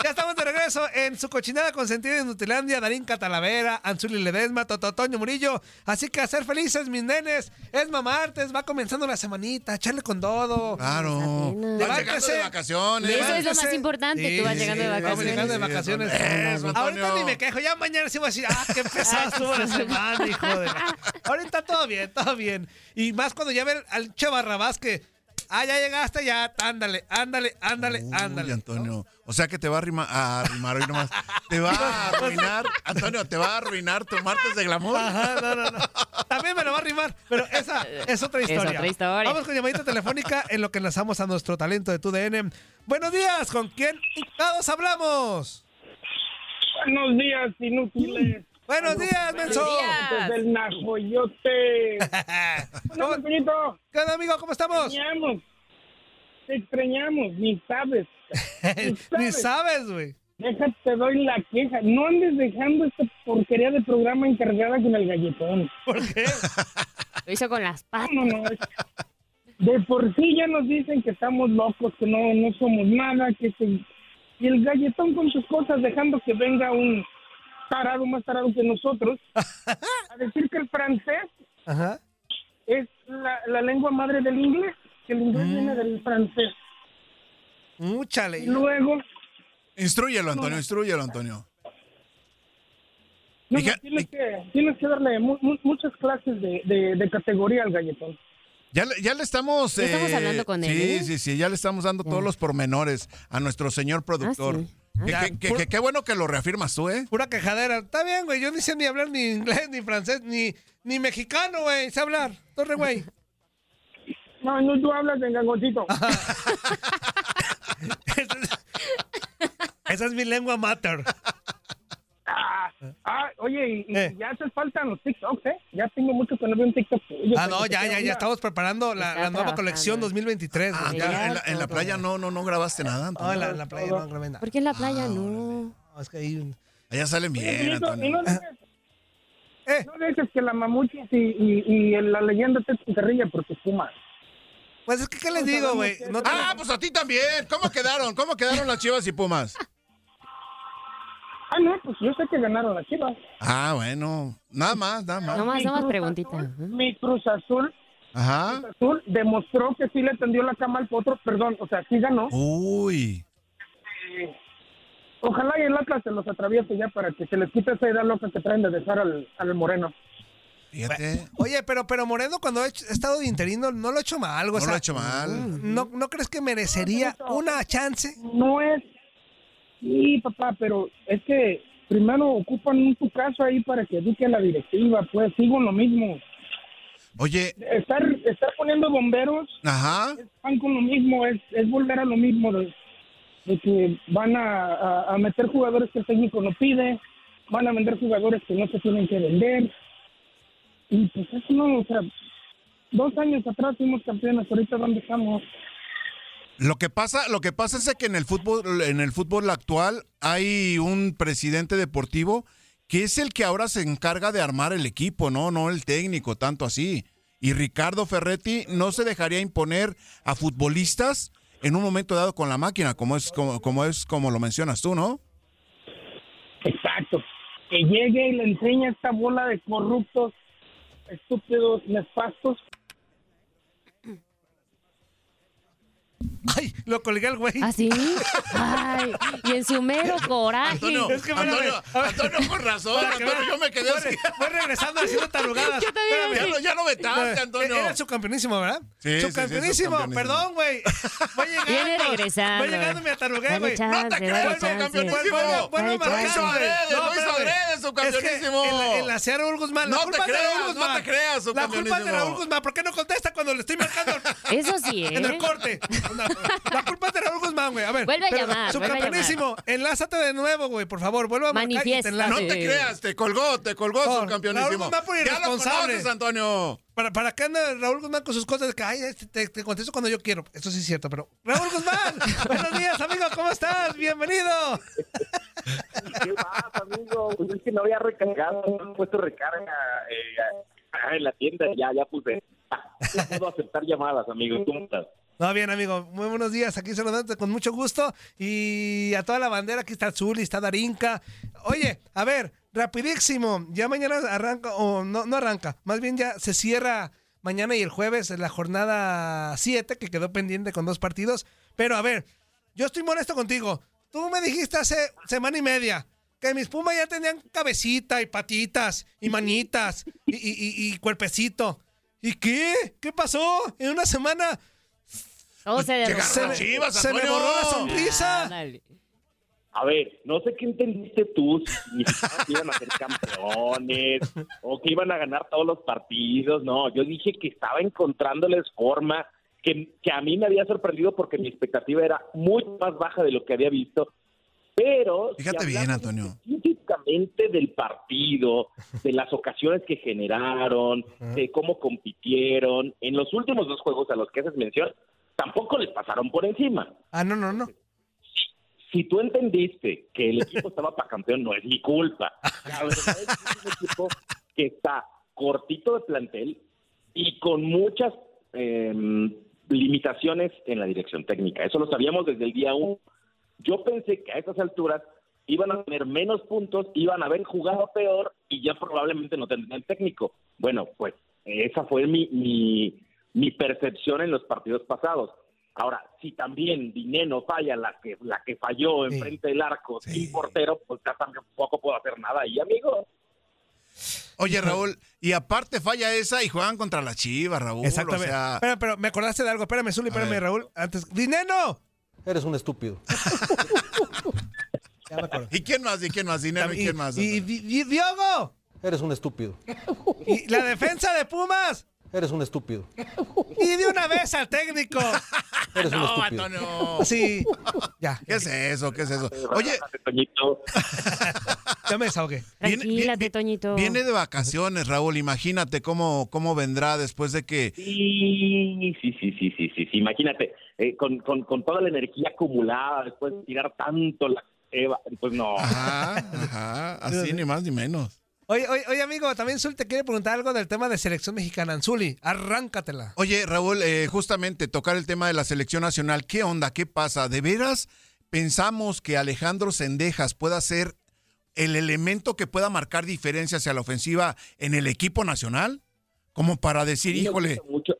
S3: Ya estamos de regreso en su cochinada consentida en Nutilandia, Darín Catalavera, Anzuli Ledesma, Tototoño Murillo. Así que a ser felices, mis nenes. Es mamartes, va comenzando la semanita, echarle con todo.
S7: Claro. Van llegando
S3: Levántese.
S7: de vacaciones.
S6: Eso es lo más importante, tú vas llegando de
S3: Vamos
S6: vacaciones.
S3: llegando de vacaciones.
S7: Eso,
S3: Ahorita
S7: pues, Antonio.
S3: ni me quejo, ya mañana sí voy a decir, ah, qué pesado estuvo la semana, hijo de la-". Ahorita todo bien, todo bien. Y más cuando ya ver al Che Barrabás que, ah, ya llegaste, ya, ándale, ándale, ándale,
S7: Uy,
S3: ándale.
S7: Antonio. O sea que te va a arrimar, a arrimar hoy nomás. Te va a arruinar, Antonio, te va a arruinar tu martes de glamour.
S3: Ajá, no, no, no. También me lo va a rimar, pero esa es otra
S6: Es
S3: historia.
S6: otra historia.
S3: Vamos con llamadita telefónica en lo que enlazamos a nuestro talento de TUDN. Buenos días, ¿con quién todos hablamos?
S12: Buenos días, inútiles.
S3: Buenos días, menso.
S12: Desde el Najoyote. Hola, Antoñito.
S3: ¿Qué onda, amigo? ¿Cómo
S12: estamos? Te extrañamos. Te extrañamos, ni sabes.
S3: Ni sabes, güey.
S12: Déjate, doy la queja. No andes dejando esta porquería de programa encargada con el galletón.
S3: ¿Por qué?
S6: Lo hizo con las patas.
S12: No, no, es- De por sí ya nos dicen que estamos locos, que no, no somos nada, que se... Y el galletón con sus cosas, dejando que venga un tarado más tarado que nosotros, a decir que el francés
S3: Ajá.
S12: es la, la lengua madre del inglés, que el inglés
S3: Mm.
S12: viene del francés.
S3: Múchale.
S12: Luego,
S7: Instruyelo, Antonio, instruyelo, Antonio.
S12: no, no, tienes, que, tienes que darle mu- mu- muchas clases de, de- de categoría al galletón.
S7: Ya, le- ya le estamos...
S12: Ya estamos hablando con él,
S7: Sí,
S12: ¿eh?
S7: sí, sí, ya le estamos dando todos los pormenores a nuestro señor productor.
S3: sí. Ah,
S7: Que-
S3: ya.
S7: que- que- que- Qué bueno que lo reafirmas tú, ¿eh?
S3: Pura quejadera. Está bien, güey. Yo ni sé ni hablar ni inglés, ni francés, ni, ni mexicano, güey. Sé hablar. Torre, güey.
S12: No, no, tú hablas de gangoncito.
S3: Esa es mi lengua mater.
S12: Ah, oye, y, y
S3: Eh.
S12: ya hace falta los TikToks, ¿eh? Ya tengo mucho que no veo un TikTok.
S3: Ah, no, ya, ya, ya. Estamos preparando la, la nueva colección 2023.
S7: Ah,
S3: güey.
S7: ya, en la, en la playa no, no, no grabaste nada, Antonio.
S3: Ah, en la- en la playa no grabé nada.
S6: ¿Por qué en la playa no?
S3: No, es que hay un-
S7: Allá salen bien,
S12: Y no
S7: Antonio.
S12: dejes, no dejes que la mamuchis y, y, y el- la leyenda te carrilla porque fuma.
S3: Pues es que, ¿qué les digo, güey? No te-
S7: Ah, pues a ti también. ¿Cómo quedaron? ¿Cómo quedaron las chivas y pumas?
S12: Ah, no, pues yo sé que ganaron las chivas.
S7: Ah, bueno. Nada más, nada más.
S12: Mi Cruz Azul- Mi Cruz Azul.
S7: Ajá.
S12: Cruz Azul demostró que sí le tendió la cama al potro, perdón, o sea, sí ganó.
S7: Uy.
S12: Eh, Ojalá y el Atlas se los atraviese ya para que se les quite esa idea loca que traen de dejar al, al moreno.
S3: Oye, pero, pero Moreno, cuando ha hecho- ha estado de interino, no lo ha hecho mal, güey.
S7: No lo ha hecho mal.
S3: ¿no, ¿No crees que merecería una chance?
S12: No es. Sí, papá, pero es que primero ocupan un tu caso ahí para que eduque a la directiva, pues sigo lo mismo.
S7: Oye,
S12: Estar, estar poniendo bomberos
S7: ajá.
S12: van con lo mismo, es, es volver a lo mismo de, de que van a, a- a meter jugadores que el técnico no pide, van a vender jugadores que no se tienen que vender. Y pues eso no, o sea, dos años atrás fuimos campeones, ahorita dónde estamos.
S7: Lo que pasa, lo que pasa es que en el fútbol, en el fútbol actual, hay un presidente deportivo que es el que ahora se encarga de armar el equipo, no, no el técnico, tanto así. Y Ricardo Ferretti no se dejaría imponer a futbolistas en un momento dado con la máquina, como es, como, como es, como lo mencionas tú, ¿no?
S12: Exacto. Que llegue y le enseñe a esta bola de corruptos, estúpidos, nefastos.
S3: Ay, lo colgué al güey.
S6: ¿Ah, sí? Ay, y en su mero coraje.
S7: Antonio, Antonio, Antonio, con razón,
S3: Para que
S7: Antonio,
S3: veas,
S7: yo me quedé así.
S3: Voy regresando haciendo tarugadas.
S7: Yo también así.
S3: Espérame.
S7: Ya lo- ya lo vetaste, Antonio.
S3: Era subcampeonísimo, ¿verdad?
S7: Sí, sí, sí,
S3: subcampeonísimo.
S7: subcampeonísimo.
S3: Perdón, güey. Voy llegando.
S6: Viene regresando.
S3: Voy llegando y me atarugué,
S6: Dale
S3: güey.
S6: chance, No te dale creo, chance. subcampeonísimo.
S3: Vuelvo- vuelvo a
S6: Dale
S3: marcar,
S6: chance.
S3: güey.
S6: Lo hizo
S7: adrede, lo hizo
S3: espérame.
S7: adrede,
S3: Es que
S7: subcampeonísimo.
S3: en la- En la Seara Urgusman. La
S7: No te
S3: culpa es de
S7: creas,
S3: Raúl
S7: no
S3: Guzmán.
S7: te creas,
S3: La culpa es de Raúl
S7: subcampeonísimo.
S3: Guzmán. ¿Por qué no contesta cuando le estoy marcando?
S6: Eso sí, ¿eh?
S3: En el corte. No, La culpa es de Raúl Guzmán, güey. A ver.
S6: Vuelve a
S3: pero,
S6: llamar, vuelve a
S3: Subcampeonísimo. Enlázate de nuevo, güey. Por favor, vuelve a marcar y te
S6: Manifiéstate.
S3: enlazo.
S7: No te creas, te colgó, te colgó subcampeonísimo.
S3: Raúl Guzmán por
S7: Ya lo
S3: irresponsable.
S7: conoces, Antonio.
S3: ¿Para, ¿Para qué anda Raúl Guzmán con sus cosas de que ay, este, te, te contesto cuando yo quiero? Eso sí es cierto, pero. ¡Raúl Guzmán! ¡Buenos días, amigo! ¿Cómo estás? ¡Bienvenido!
S13: ¿Qué más, amigo? Pues es que no había recargado, no he puesto recarga eh, ah, en la tienda, ya, ya puse. No puedo aceptar llamadas, amigo, ¿cómo estás?
S3: No, bien, amigo. Muy buenos días. Aquí saludándote con mucho gusto. Y a toda la bandera, aquí está Zuli, está Darinka. Oye, a ver, rapidísimo. Ya mañana arranca, o no, no arranca. Más bien ya se cierra mañana y el jueves la jornada 7, que quedó pendiente con dos partidos. Pero a ver, yo estoy molesto contigo. Tú me dijiste hace semana y media que mis pumas ya tenían cabecita y patitas y manitas y, y- y- y cuerpecito. ¿Y qué? ¿Qué pasó? En una semana
S6: Todo se derrumbó.
S3: se me,
S7: Chivas,
S3: se me
S7: Antonio.
S3: borró la sonrisa.
S13: A ver, no sé qué entendiste tú, si significaba que iban a ser campeones o que iban a ganar todos los partidos, no, yo dije que estaba encontrándoles forma, que, que a mí me había sorprendido porque mi expectativa era mucho más baja de lo que había visto, pero... si
S7: Fíjate bien, Antonio.
S13: específicamente del partido, de las ocasiones que generaron, de cómo compitieron. En los últimos dos juegos a los que haces mención, tampoco les pasaron por encima.
S3: Ah, no, no, no.
S13: Si tú entendiste que el equipo estaba para campeón, no es mi culpa. La verdad es que es un equipo que está cortito de plantel y con muchas em, limitaciones en la dirección técnica. Eso lo sabíamos desde el día uno. Yo pensé que a estas alturas iban a tener menos puntos, iban a haber jugado peor y ya probablemente no tendrían técnico. Bueno, pues esa fue mi, mi, mi percepción en los partidos pasados. Ahora, si también Dineno falla la que la que falló enfrente del arco sin portero, pues ya tampoco puedo hacer nada ahí, amigo.
S7: Oye, Raúl, y aparte falla esa y juegan contra la Chivas, Raúl.
S3: Exactamente.
S7: O sea,
S3: Pero, pero me acordaste de algo. Espérame, Zuli, espérame,
S7: ver.
S3: Raúl. Antes, ¡Dineno!
S14: Eres un estúpido.
S7: ¿Y quién más? ¿Y quién más? Dinero, ¿y quién más?
S3: Y, Di- Di- Diogo,
S14: Eres un estúpido.
S3: y la defensa de Pumas.
S14: Eres un estúpido.
S3: Y de una vez al técnico.
S14: Eres un
S7: No,
S14: estúpido.
S7: Antonio.
S3: Sí. Ya.
S7: ¿Qué es eso? ¿Qué es eso? Oye,
S3: Ya me desahogué.
S7: Viene-
S6: Tranquila, Toñito.
S7: viene de vacaciones, Raúl. Imagínate cómo, cómo vendrá después de que.
S13: Sí, sí, sí, sí, sí, sí, sí. Imagínate, eh, con, con, con toda la energía acumulada, después de tirar tanto la Eva, pues no.
S7: Ajá, ajá. Así ni más ni menos.
S3: Oye, oye, oye, amigo, también Zuli te quiere preguntar algo del tema de selección mexicana. Zuli, arráncatela.
S7: Oye, Raúl, eh, justamente tocar el tema de la selección nacional. ¿Qué onda? ¿Qué pasa? ¿De veras pensamos que Alejandro Sendejas pueda ser el elemento que pueda marcar diferencia hacia la ofensiva en el equipo nacional? Como para decir,
S13: A mí me
S7: híjole,
S13: gusta mucho-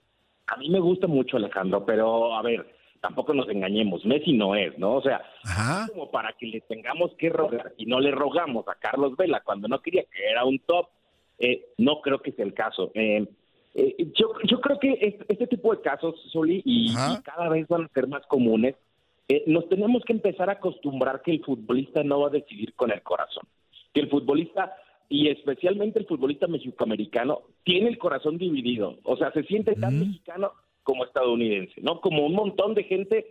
S13: a mí me gusta mucho Alejandro, pero a ver, tampoco nos engañemos. Messi no es, ¿no? O sea, es como para que le tengamos que rogar y no le rogamos a Carlos Vela cuando no quería que era un top. Eh, no creo que sea el caso. Eh, eh, yo, yo creo que es- este tipo de casos, Soli, y, y cada vez van a ser más comunes, eh, nos tenemos que empezar a acostumbrar que el futbolista no va a decidir con el corazón, que el futbolista y especialmente el futbolista mexicoamericano tiene el corazón dividido. O sea, se siente tan mexicano como estadounidense, ¿no? Como un montón de gente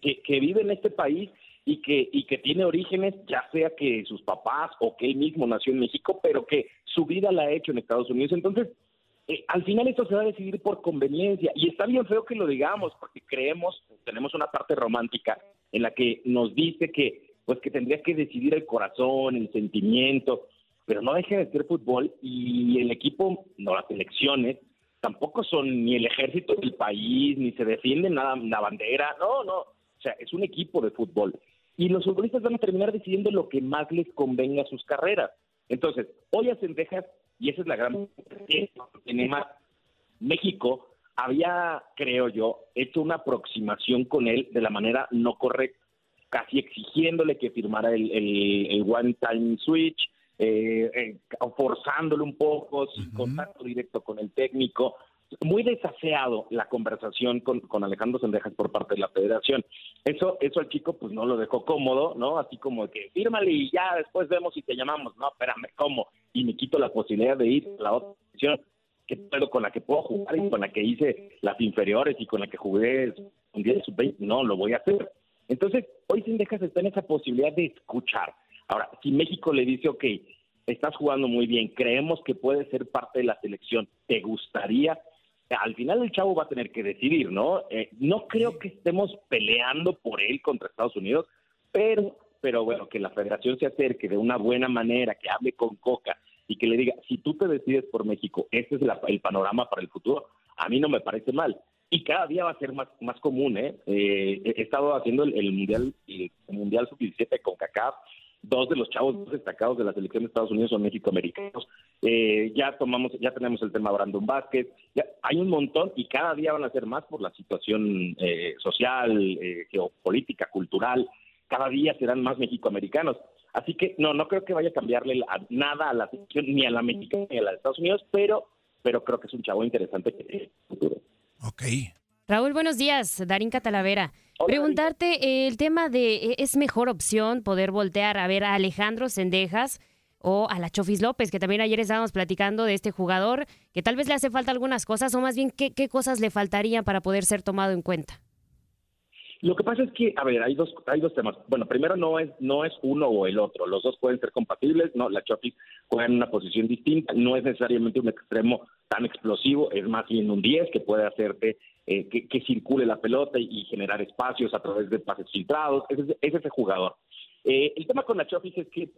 S13: que, que vive en este país y que, y que tiene orígenes, ya sea que sus papás o que él mismo nació en México, pero que su vida la ha hecho en Estados Unidos. Entonces, eh, al final esto se va a decidir por conveniencia y está bien feo que lo digamos porque creemos, tenemos una parte romántica en la que nos dice que pues que tendría que decidir el corazón, el sentimiento, pero no deja de ser fútbol y el equipo, no las elecciones, tampoco son ni el ejército del país, ni se defiende nada la bandera, no, no, o sea, es un equipo de fútbol y los futbolistas van a terminar decidiendo lo que más les convenga a sus carreras. Entonces, hoy a Cendejas, y esa es la gran tiene más México había, creo yo, hecho una aproximación con él de la manera no correcta, casi exigiéndole que firmara el, el- el one time switch, eh, eh, forzándole un poco, sin contacto directo con el técnico. Muy desaseado la conversación con, con Alejandro Sendejas por parte de la federación. Eso, eso al chico pues no lo dejó cómodo, ¿no? Así como que fírmale y ya después vemos si te llamamos. No, espérame, ¿cómo? Y me quito la posibilidad de ir a la otra posición que puedo, con la que puedo jugar y con la que hice las inferiores y con la que jugué un día de sub-20, no, lo voy a hacer. Entonces, hoy Sendejas está en esa posibilidad de escuchar. Ahora, si México le dice, ok, estás jugando muy bien, creemos que puedes ser parte de la selección, ¿te gustaría? Al final el chavo va a tener que decidir, ¿no? Eh, no creo que estemos peleando por él contra Estados Unidos, pero, pero bueno, que la federación se acerque de una buena manera, que hable con Coca y que le diga, si tú te decides por México, este es la- el panorama para el futuro, a mí no me parece mal. Y cada día va a ser más, más común, ¿eh? Eh, He he estado haciendo el, el Mundial el mundial Sub-17 con CACAF, dos de los chavos más destacados de la selección de Estados Unidos son mexicoamericanos. Eh, ya tomamos, ya tenemos el tema Brandon Vázquez. Ya, hay un montón y cada día van a ser más por la situación eh, social, eh, geopolítica, cultural. Cada día serán más mexicoamericanos. Así que no, no creo que vaya a cambiarle la- nada a la selección, ni a la mexicana ni a la de Estados Unidos, pero, pero creo que es un chavo interesante que tiene futuro.
S6: Raúl, buenos días. Darín Catalavera. Preguntarte eh, el tema de, eh, ¿es mejor opción poder voltear a ver a Alejandro Sendejas o a la Chofis López? Que también ayer estábamos platicando de este jugador, que tal vez le hace falta algunas cosas, o más bien, ¿qué, qué cosas le faltarían para poder ser tomado en cuenta?
S13: Lo que pasa es que, a ver, hay dos, hay dos temas. Bueno, primero no es, no es uno o el otro. Los dos pueden ser compatibles, ¿no? La Chofis juega en una posición distinta, no es necesariamente un extremo tan explosivo, es más bien un 10 que puede hacerte eh, que, que circule la pelota y, y generar espacios a través de pases filtrados. Ese Es, es ese jugador. Eh, el tema con la Chofis es que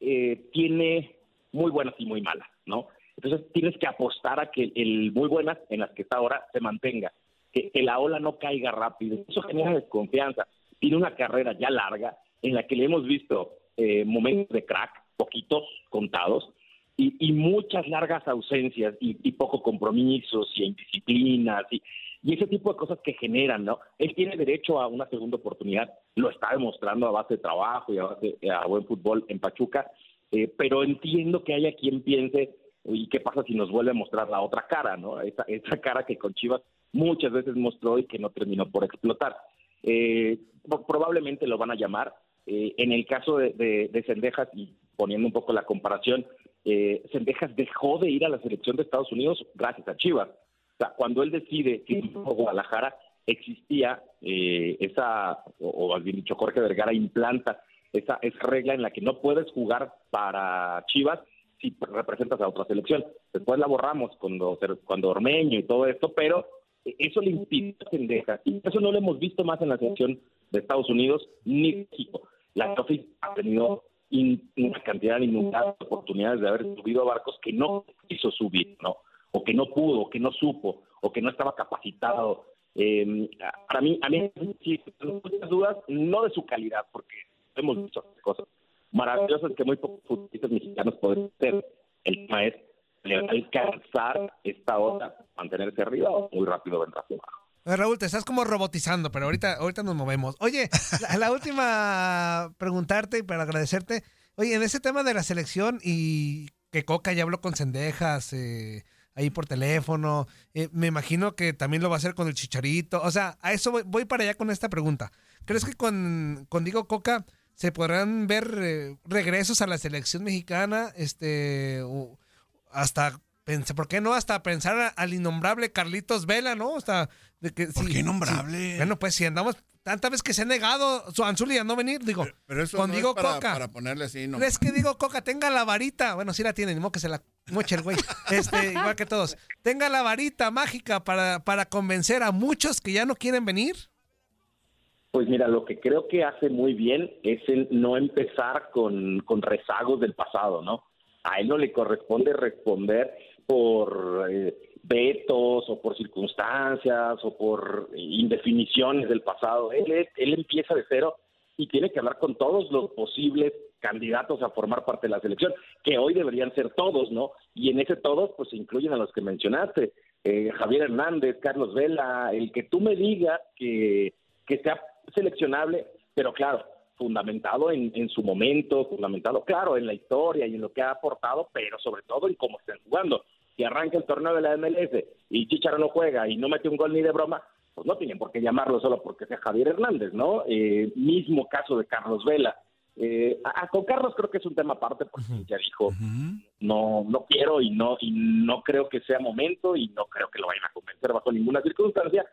S13: eh, tiene muy buenas y muy malas, ¿no? Entonces tienes que apostar a que el muy buenas en las que está ahora se mantenga que, que la ola no caiga rápido. Eso genera desconfianza. Tiene una carrera ya larga en la que le hemos visto eh, momentos de crack, poquitos contados, y, y muchas largas ausencias y, y poco compromisos y indisciplinas y, y ese tipo de cosas que generan, ¿no? Él tiene derecho a una segunda oportunidad, lo está demostrando a base de trabajo y a base eh, a buen fútbol en Pachuca, eh, pero entiendo que haya quien piense, ¿y qué pasa si nos vuelve a mostrar la otra cara, no? Esa, esa cara que con Chivas muchas veces mostró y que no terminó por explotar. Eh, pro- probablemente lo van a llamar. Eh, en el caso de, de, de Sendejas, y poniendo un poco la comparación, eh, Sendejas dejó de ir a la selección de Estados Unidos gracias a Chivas. O sea, cuando él decide ir a Guadalajara, existía eh, esa, o, o más bien dicho, Jorge Vergara implanta esa, esa regla en la que no puedes jugar para Chivas si representas a otra selección. Después la borramos cuando, cuando Ormeño y todo esto, pero eso le impidió a Sendejas. Y eso no lo hemos visto más en la selección de Estados Unidos ni México. La Trophy ha tenido in- una cantidad de inundadas oportunidades de haber subido a barcos que no quiso subir, ¿no? O que no pudo, o que no supo, o que no estaba capacitado. Eh, para mí, a mí sí, tengo muchas dudas, no de su calidad, porque hemos visto cosas maravillosas que muy pocos futbolistas mexicanos pueden hacer. El tema es, ¿le va a alcanzar esta otra mantenerse arriba o muy rápido vendrá hacia abajo?
S3: Oye, Raúl, te estás como robotizando, pero ahorita, ahorita nos movemos. Oye, la, la última preguntarte y para agradecerte. Oye, en ese tema de la selección y que Coca ya habló con Cendejas eh, ahí por teléfono, eh, me imagino que también lo va a hacer con el Chicharito. O sea, a eso voy, voy para allá con esta pregunta. ¿Crees que con, con Diego Coca se podrán ver eh, regresos a la selección mexicana, este, o- hasta, pens- ¿por qué no? Hasta pensar a- al innombrable Carlitos Vela, ¿no? Hasta de que, ¿Por qué innombrable? bueno, pues si andamos, tantas veces que se ha negado su Anzuli a no venir, digo,
S7: Pero eso
S3: con
S7: no
S3: Diego
S7: es para,
S3: Coca.
S7: para ponerle así, no.
S3: Es que digo, Coca, tenga la varita. Bueno, sí la tiene, ni modo que se la moche el güey. Este, igual que todos. Tenga la varita mágica para, para convencer a muchos que ya no quieren venir.
S13: Pues mira, lo que creo que hace muy bien es el no empezar con, con rezagos del pasado, ¿no? A él no le corresponde responder por eh, vetos o por circunstancias o por indefiniciones del pasado. Él, es- él empieza de cero y tiene que hablar con todos los posibles candidatos a formar parte de la selección, que hoy deberían ser todos, ¿no? Y en ese todos, pues se incluyen a los que mencionaste, eh, Javier Hernández, Carlos Vela, el que tú me digas que, que sea seleccionable, pero claro, fundamentado en, en su momento, fundamentado, claro, en la historia y en lo que ha aportado, pero sobre todo en cómo están jugando. Si arranca el torneo de la MLS y Chicharo no juega y no mete un gol ni de broma, pues no tienen por qué llamarlo solo porque sea Javier Hernández, ¿no? Eh, mismo caso de Carlos Vela. Eh, a- a- con Carlos creo que es un tema aparte porque ya dijo no no quiero y no y no creo que sea momento y no creo que lo vayan a convencer bajo ninguna circunstancia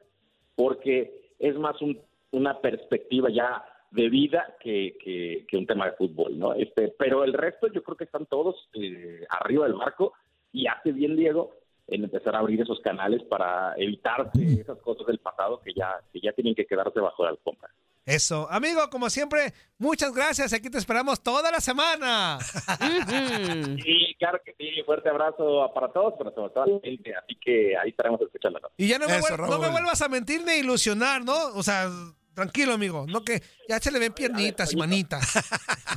S13: porque es más un- una perspectiva ya de vida que, que- que un tema de fútbol, ¿no? Este, pero el resto yo creo que están todos eh, arriba del marco y hace bien Diego en empezar a abrir esos canales para evitarse esas cosas del pasado que ya, que ya tienen que quedarse bajo la alfombra.
S3: Eso. Amigo, como siempre, muchas gracias. Aquí te esperamos toda la semana.
S13: Sí, claro que sí, fuerte abrazo para todos, pero sobre todo a la gente, así que ahí estaremos escuchándonos.
S3: Y ya no me, vuel- no me vuelvas a mentir ni a ilusionar, ¿no? O sea, tranquilo, amigo. No que ya se le ven piernitas y manitas.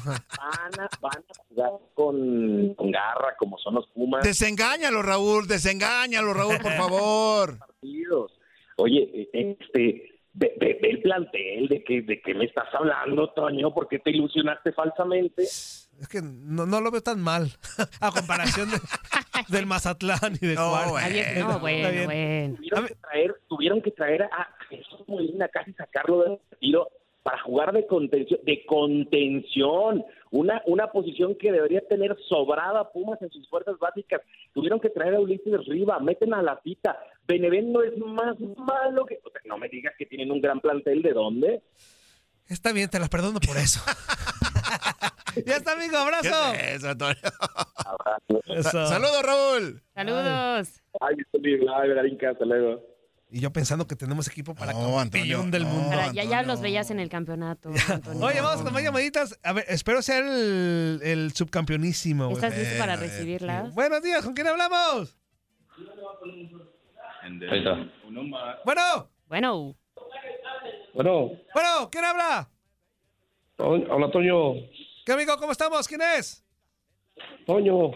S13: Van a, van a jugar con, con garra, como son los Pumas.
S7: Desengáñalo, Raúl, desengáñalo, Raúl, por favor.
S13: partidos. Oye, eh, este, ve, ve- ve el plantel, de que, de que me estás hablando, Toño, porque te ilusionaste falsamente.
S3: Es que no, no lo veo tan mal a comparación de- del Mazatlán y de
S13: No,
S3: Juárez.
S13: bueno.
S3: Está
S13: No, bueno,
S3: bien.
S13: Tuvieron que traer, tuvieron que traer a Jesús Molina, casi sacarlo del tiro para jugar de contención, de contención, una, una posición que debería tener sobrada Pumas en sus fuerzas básicas. Tuvieron que traer a Ulises Riva, meten a la cita. Benevendo es más malo que... o sea, no me digas que tienen un gran plantel, ¿de dónde?
S3: Está bien, te las perdono por eso. ya está, amigo, abrazo. Eso.
S7: Saludos, Raúl.
S6: Saludos.
S13: Ay, Toño, ay, Verónica, hasta luego.
S3: Y yo pensando que tenemos equipo para campeón del mundo.
S6: Para- ya, ya los veías en el campeonato. Antonio.
S3: Oye, vamos con más llamaditas. A ver, espero ser el, el subcampeonísimo. güey.
S6: ¿Estás listo para recibirlas?
S3: Buenos días, ¿con quién hablamos? Bueno.
S6: Bueno.
S15: Bueno,
S3: Bueno, ¿quién habla?
S15: To- hola Toño.
S3: ¿Qué amigo? ¿Cómo estamos? ¿Quién es?
S15: Toño.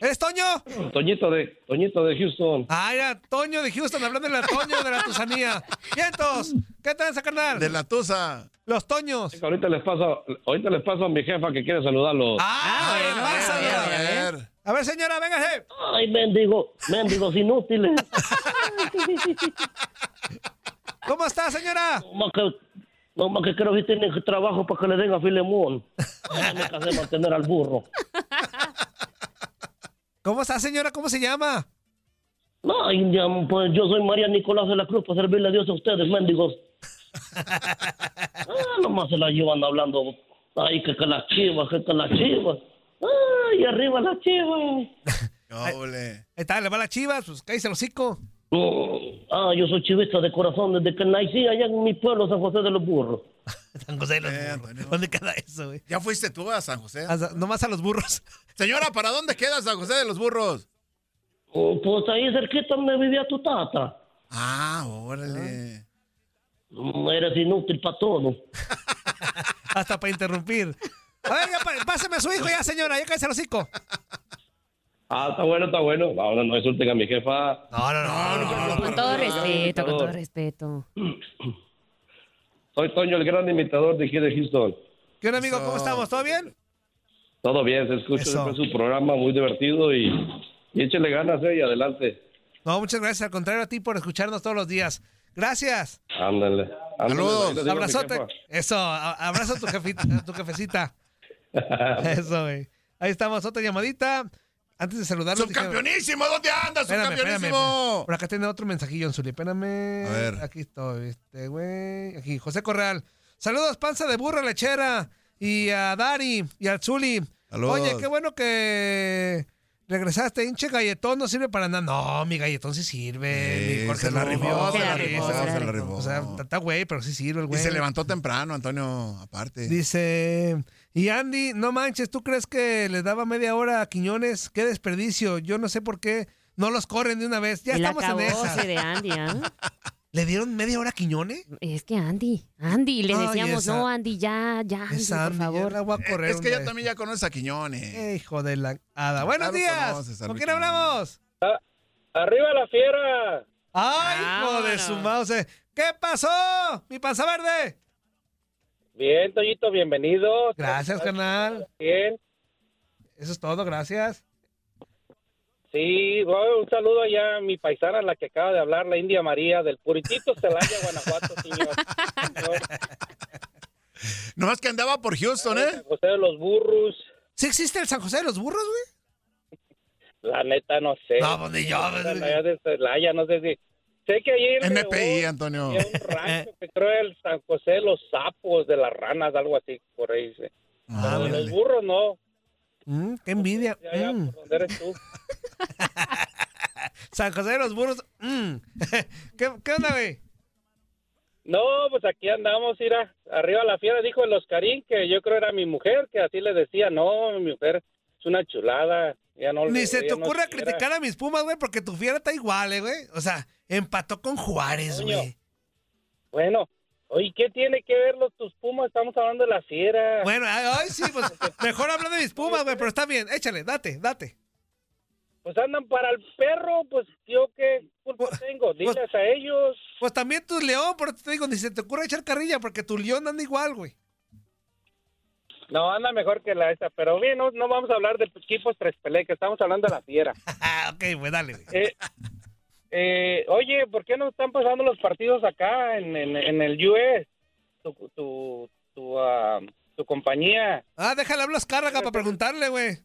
S3: ¿Eres Toño?
S15: Toñito de, Toñito de Houston.
S3: Ah, era Toño de Houston, hablando de la Toño de la Tusanía. ¡Vientos! ¿Qué tranza, carnal? De
S7: la Tusa.
S3: Los Toños.
S15: Ahorita les paso, ahorita les paso a mi jefa que quiere saludarlos.
S3: Ah, pásalo.
S15: a
S3: A ver, señora, véngase.
S15: Ay, mendigo, mendigos inútiles.
S3: ¿Cómo está, señora?
S15: No más que, no más que creo que tienen trabajo para que le den a Filemón. Ay, me cansé de mantener al burro.
S3: ¿Cómo está, señora? ¿Cómo se llama?
S15: No, ay, ya, pues yo soy María Nicolás de la Cruz para servirle a Dios a ustedes, mendigos. Ah, nomás se la llevan hablando. Ay, que, que las chivas, que, que las chivas. Ay, arriba las chivas.
S3: Ahí está, le va la chivas, pues cállese el hocico.
S15: Mm, Ah, yo soy chivista de corazón desde que nací allá en mi pueblo, San José de los Burros.
S3: San José de los Burros. ¿Dónde queda eso, güey?
S7: Eh, ¿Ya fuiste tú a San José?
S3: nomás a los burros.
S7: Señora, ¿para dónde queda San José de los Burros?
S15: Oh, pues ahí cerquita donde vivía tu tata.
S7: Ah, órale.
S15: Mm, Eres inútil para todo.
S3: Hasta para interrumpir. A ver, ya pa- páseme a su hijo ya, señora, ya cállese el hocico.
S15: Ah, está bueno, está bueno. No, no, no insulten a mi jefa.
S3: No, no, no.
S6: Con todo respeto, con todo respeto.
S15: Soy Toño, el gran imitador de aquí de Houston.
S3: ¿Qué onda, amigo? ¿Cómo estamos? ¿Todo bien?
S15: Todo bien, se escucha siempre su programa, muy divertido y, y échele ganas, eh, y adelante.
S3: No, muchas gracias. Al contrario a ti por escucharnos todos los días. Gracias.
S16: Ándale. ándale, ahorita digo a mi
S3: Abrazote.
S16: jefa.
S3: Eso, a- abrazo a tu, jefita- a tu jefecita. Eso, güey. Ahí estamos, otra llamadita. Antes de saludarlos.
S7: ¡Subcampeonísimo! ¿Dónde andas, subcampeonísimo?
S3: Por acá tiene otro mensajillo, Zuli. Espérame.
S7: A ver.
S3: Aquí estoy, este, güey. Aquí, José Corral. Saludos, panza de burra lechera. Y a Dari y al Zuli.
S7: Saludos.
S3: Oye, qué bueno que regresaste. Hinche galletón no sirve para nada. No, mi galletón sí sirve. mi Jorge
S7: se la
S3: lo
S7: rifó,
S3: vio,
S7: se la
S3: sí,
S7: rifó,
S3: sí,
S7: se la
S3: sí.
S7: rifó.
S3: O sea, está güey, pero sí sirve el
S7: Y
S3: güey.
S7: se levantó temprano, Antonio, aparte.
S3: Dice, y Andy, no manches, ¿tú crees que les daba media hora a Quiñones? Qué desperdicio, yo no sé por qué no los corren de una vez. Ya
S6: El
S3: estamos en
S6: acabose
S3: esa.
S6: de Andy, ¿ah?
S3: ¿Le dieron media hora a Quiñones?
S6: Es que Andy, Andy, le
S3: Ay,
S6: decíamos,
S3: esa-
S6: no, Andy, ya, ya, Andy,
S3: Esa
S6: por
S3: Andy, ya
S6: favor.
S3: la voy a correr
S7: Eh, Es que ya
S3: una vez.
S7: también ya conoces a Quiñones.
S3: Eh, Hijo de la hada. Buenos
S7: Claro,
S3: días.
S7: conoces a
S3: ¿Con
S7: Luis
S3: quién hablamos?
S9: Ah, ¡Arriba la fiera!
S3: ¡Ay, hijo de su mouse! ¿Qué pasó, mi panza verde?
S9: Bien, Toñito, bienvenido.
S3: Gracias, canal.
S9: Bien.
S3: Eso es todo, gracias.
S9: Sí, bueno, un saludo allá a mi paisana, la que acaba de hablar, la India María, del Puritito Celaya, Guanajuato, señor.
S7: Nomás que andaba por Houston, ¿eh?
S9: José de los Burros,
S3: ¿Sí existe el San José de los Burros, güey?
S9: la neta no sé.
S3: No, pues, ni yo, pues,
S9: Allá de Celaya, no sé si... Sé que ayer...
S7: MPI, Antonio.
S9: un rancho que creo el San José de los Sapos, de las Ranas, algo así, por ahí. sí. Pero de Ah, los Burros no,
S3: Mm, ¡Qué envidia! Mm.
S9: ¿dónde eres tú?
S3: San José de los Burros. mm. ¿Qué, ¿Qué onda, güey?
S9: No, pues aquí andamos, mira, arriba la fiera, dijo el Oscarín, que yo creo era mi mujer, que así le decía, no, mi mujer es una chulada, ya no
S3: Ni
S9: le-
S3: se te
S9: ella no
S3: ocurra
S9: quiera.
S3: criticar a mis Pumas, güey, porque tu fiera está igual, eh, güey. O sea, empató con Juárez,
S9: Coño.
S3: güey.
S9: Bueno, oye, ¿qué tiene que ver los tus pumas? Estamos hablando de la fiera.
S3: Bueno, ay, ay, sí, pues mejor habla de mis Pumas, güey, pero está bien. Échale, date, date.
S9: Pues andan para el perro, pues yo qué culpa tengo, diles a ellos.
S3: Pues también tu León, por eso te digo, ni se te ocurra echar carrilla, porque tu León anda igual, güey.
S9: No, anda mejor que la esa, pero bien, no, no vamos a hablar de equipos tres pele, que estamos hablando de la fiera.
S3: Ah, ok, güey, dale, güey.
S9: Eh, eh, oye, ¿por qué no están pasando los partidos acá en, en- en el US? Tu, tu, tu, ah, tu compañía.
S3: Ah, déjale hablar a Azcárraga para preguntarle, güey.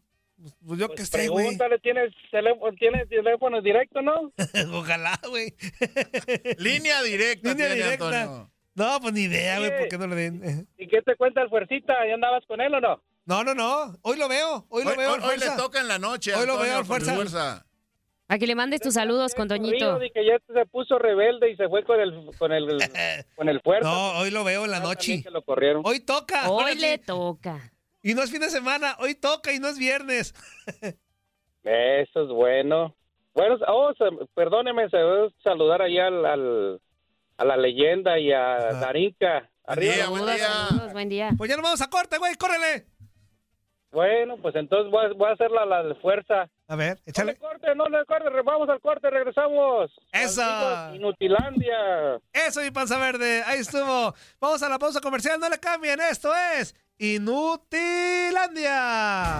S3: Pues yo qué sé, güey.
S9: Pregúntale, ¿tienes teléfono, ¿tienes teléfono directo, no?
S3: Ojalá, güey.
S7: Línea directa,
S3: Línea
S7: tiene,
S3: directa.
S7: Antonio.
S3: No, pues ni idea, güey,
S9: Oye.
S3: ¿por qué no le den? eh.
S9: ¿Y qué te cuenta el fuercita? ¿Ya andabas con él o no?
S3: No, no, no. Hoy lo veo, hoy lo
S7: Hoy,
S3: veo.
S7: hoy- hoy le
S3: Alfuerza.
S7: toca en la noche.
S3: Hoy lo
S7: Antonio,
S3: veo,
S7: con
S3: Alfuerza.
S6: A que le mandes tus saludos con Toñito.
S9: Y que ya se puso rebelde y se fue con el con el con el fuerte.
S3: No, hoy lo veo en la noche.
S9: que lo corrieron.
S3: Hoy toca.
S6: Hoy
S3: ahora
S6: le
S3: sí.
S6: toca.
S3: Y no es fin de semana, hoy toca y no es viernes.
S9: Eso es bueno. Bueno, oh, se- perdóneme, se debe saludar allá al, al- a la leyenda y a Darinka. Arriba
S7: día,
S9: la
S7: buen
S9: bola.
S7: día.
S6: Saludos, buen día.
S3: Pues ya nos vamos a corte, güey, córrele.
S9: Bueno, pues entonces voy a, voy a hacer la, la de fuerza.
S3: A ver,
S9: No le
S3: échale.
S9: corte, no le corte, re- vamos al corte, regresamos.
S3: Eso.
S9: Amigos, Inutilandia.
S3: Eso, mi panza verde. Ahí estuvo. Vamos a la pausa comercial, no le cambien. Esto es Inutilandia.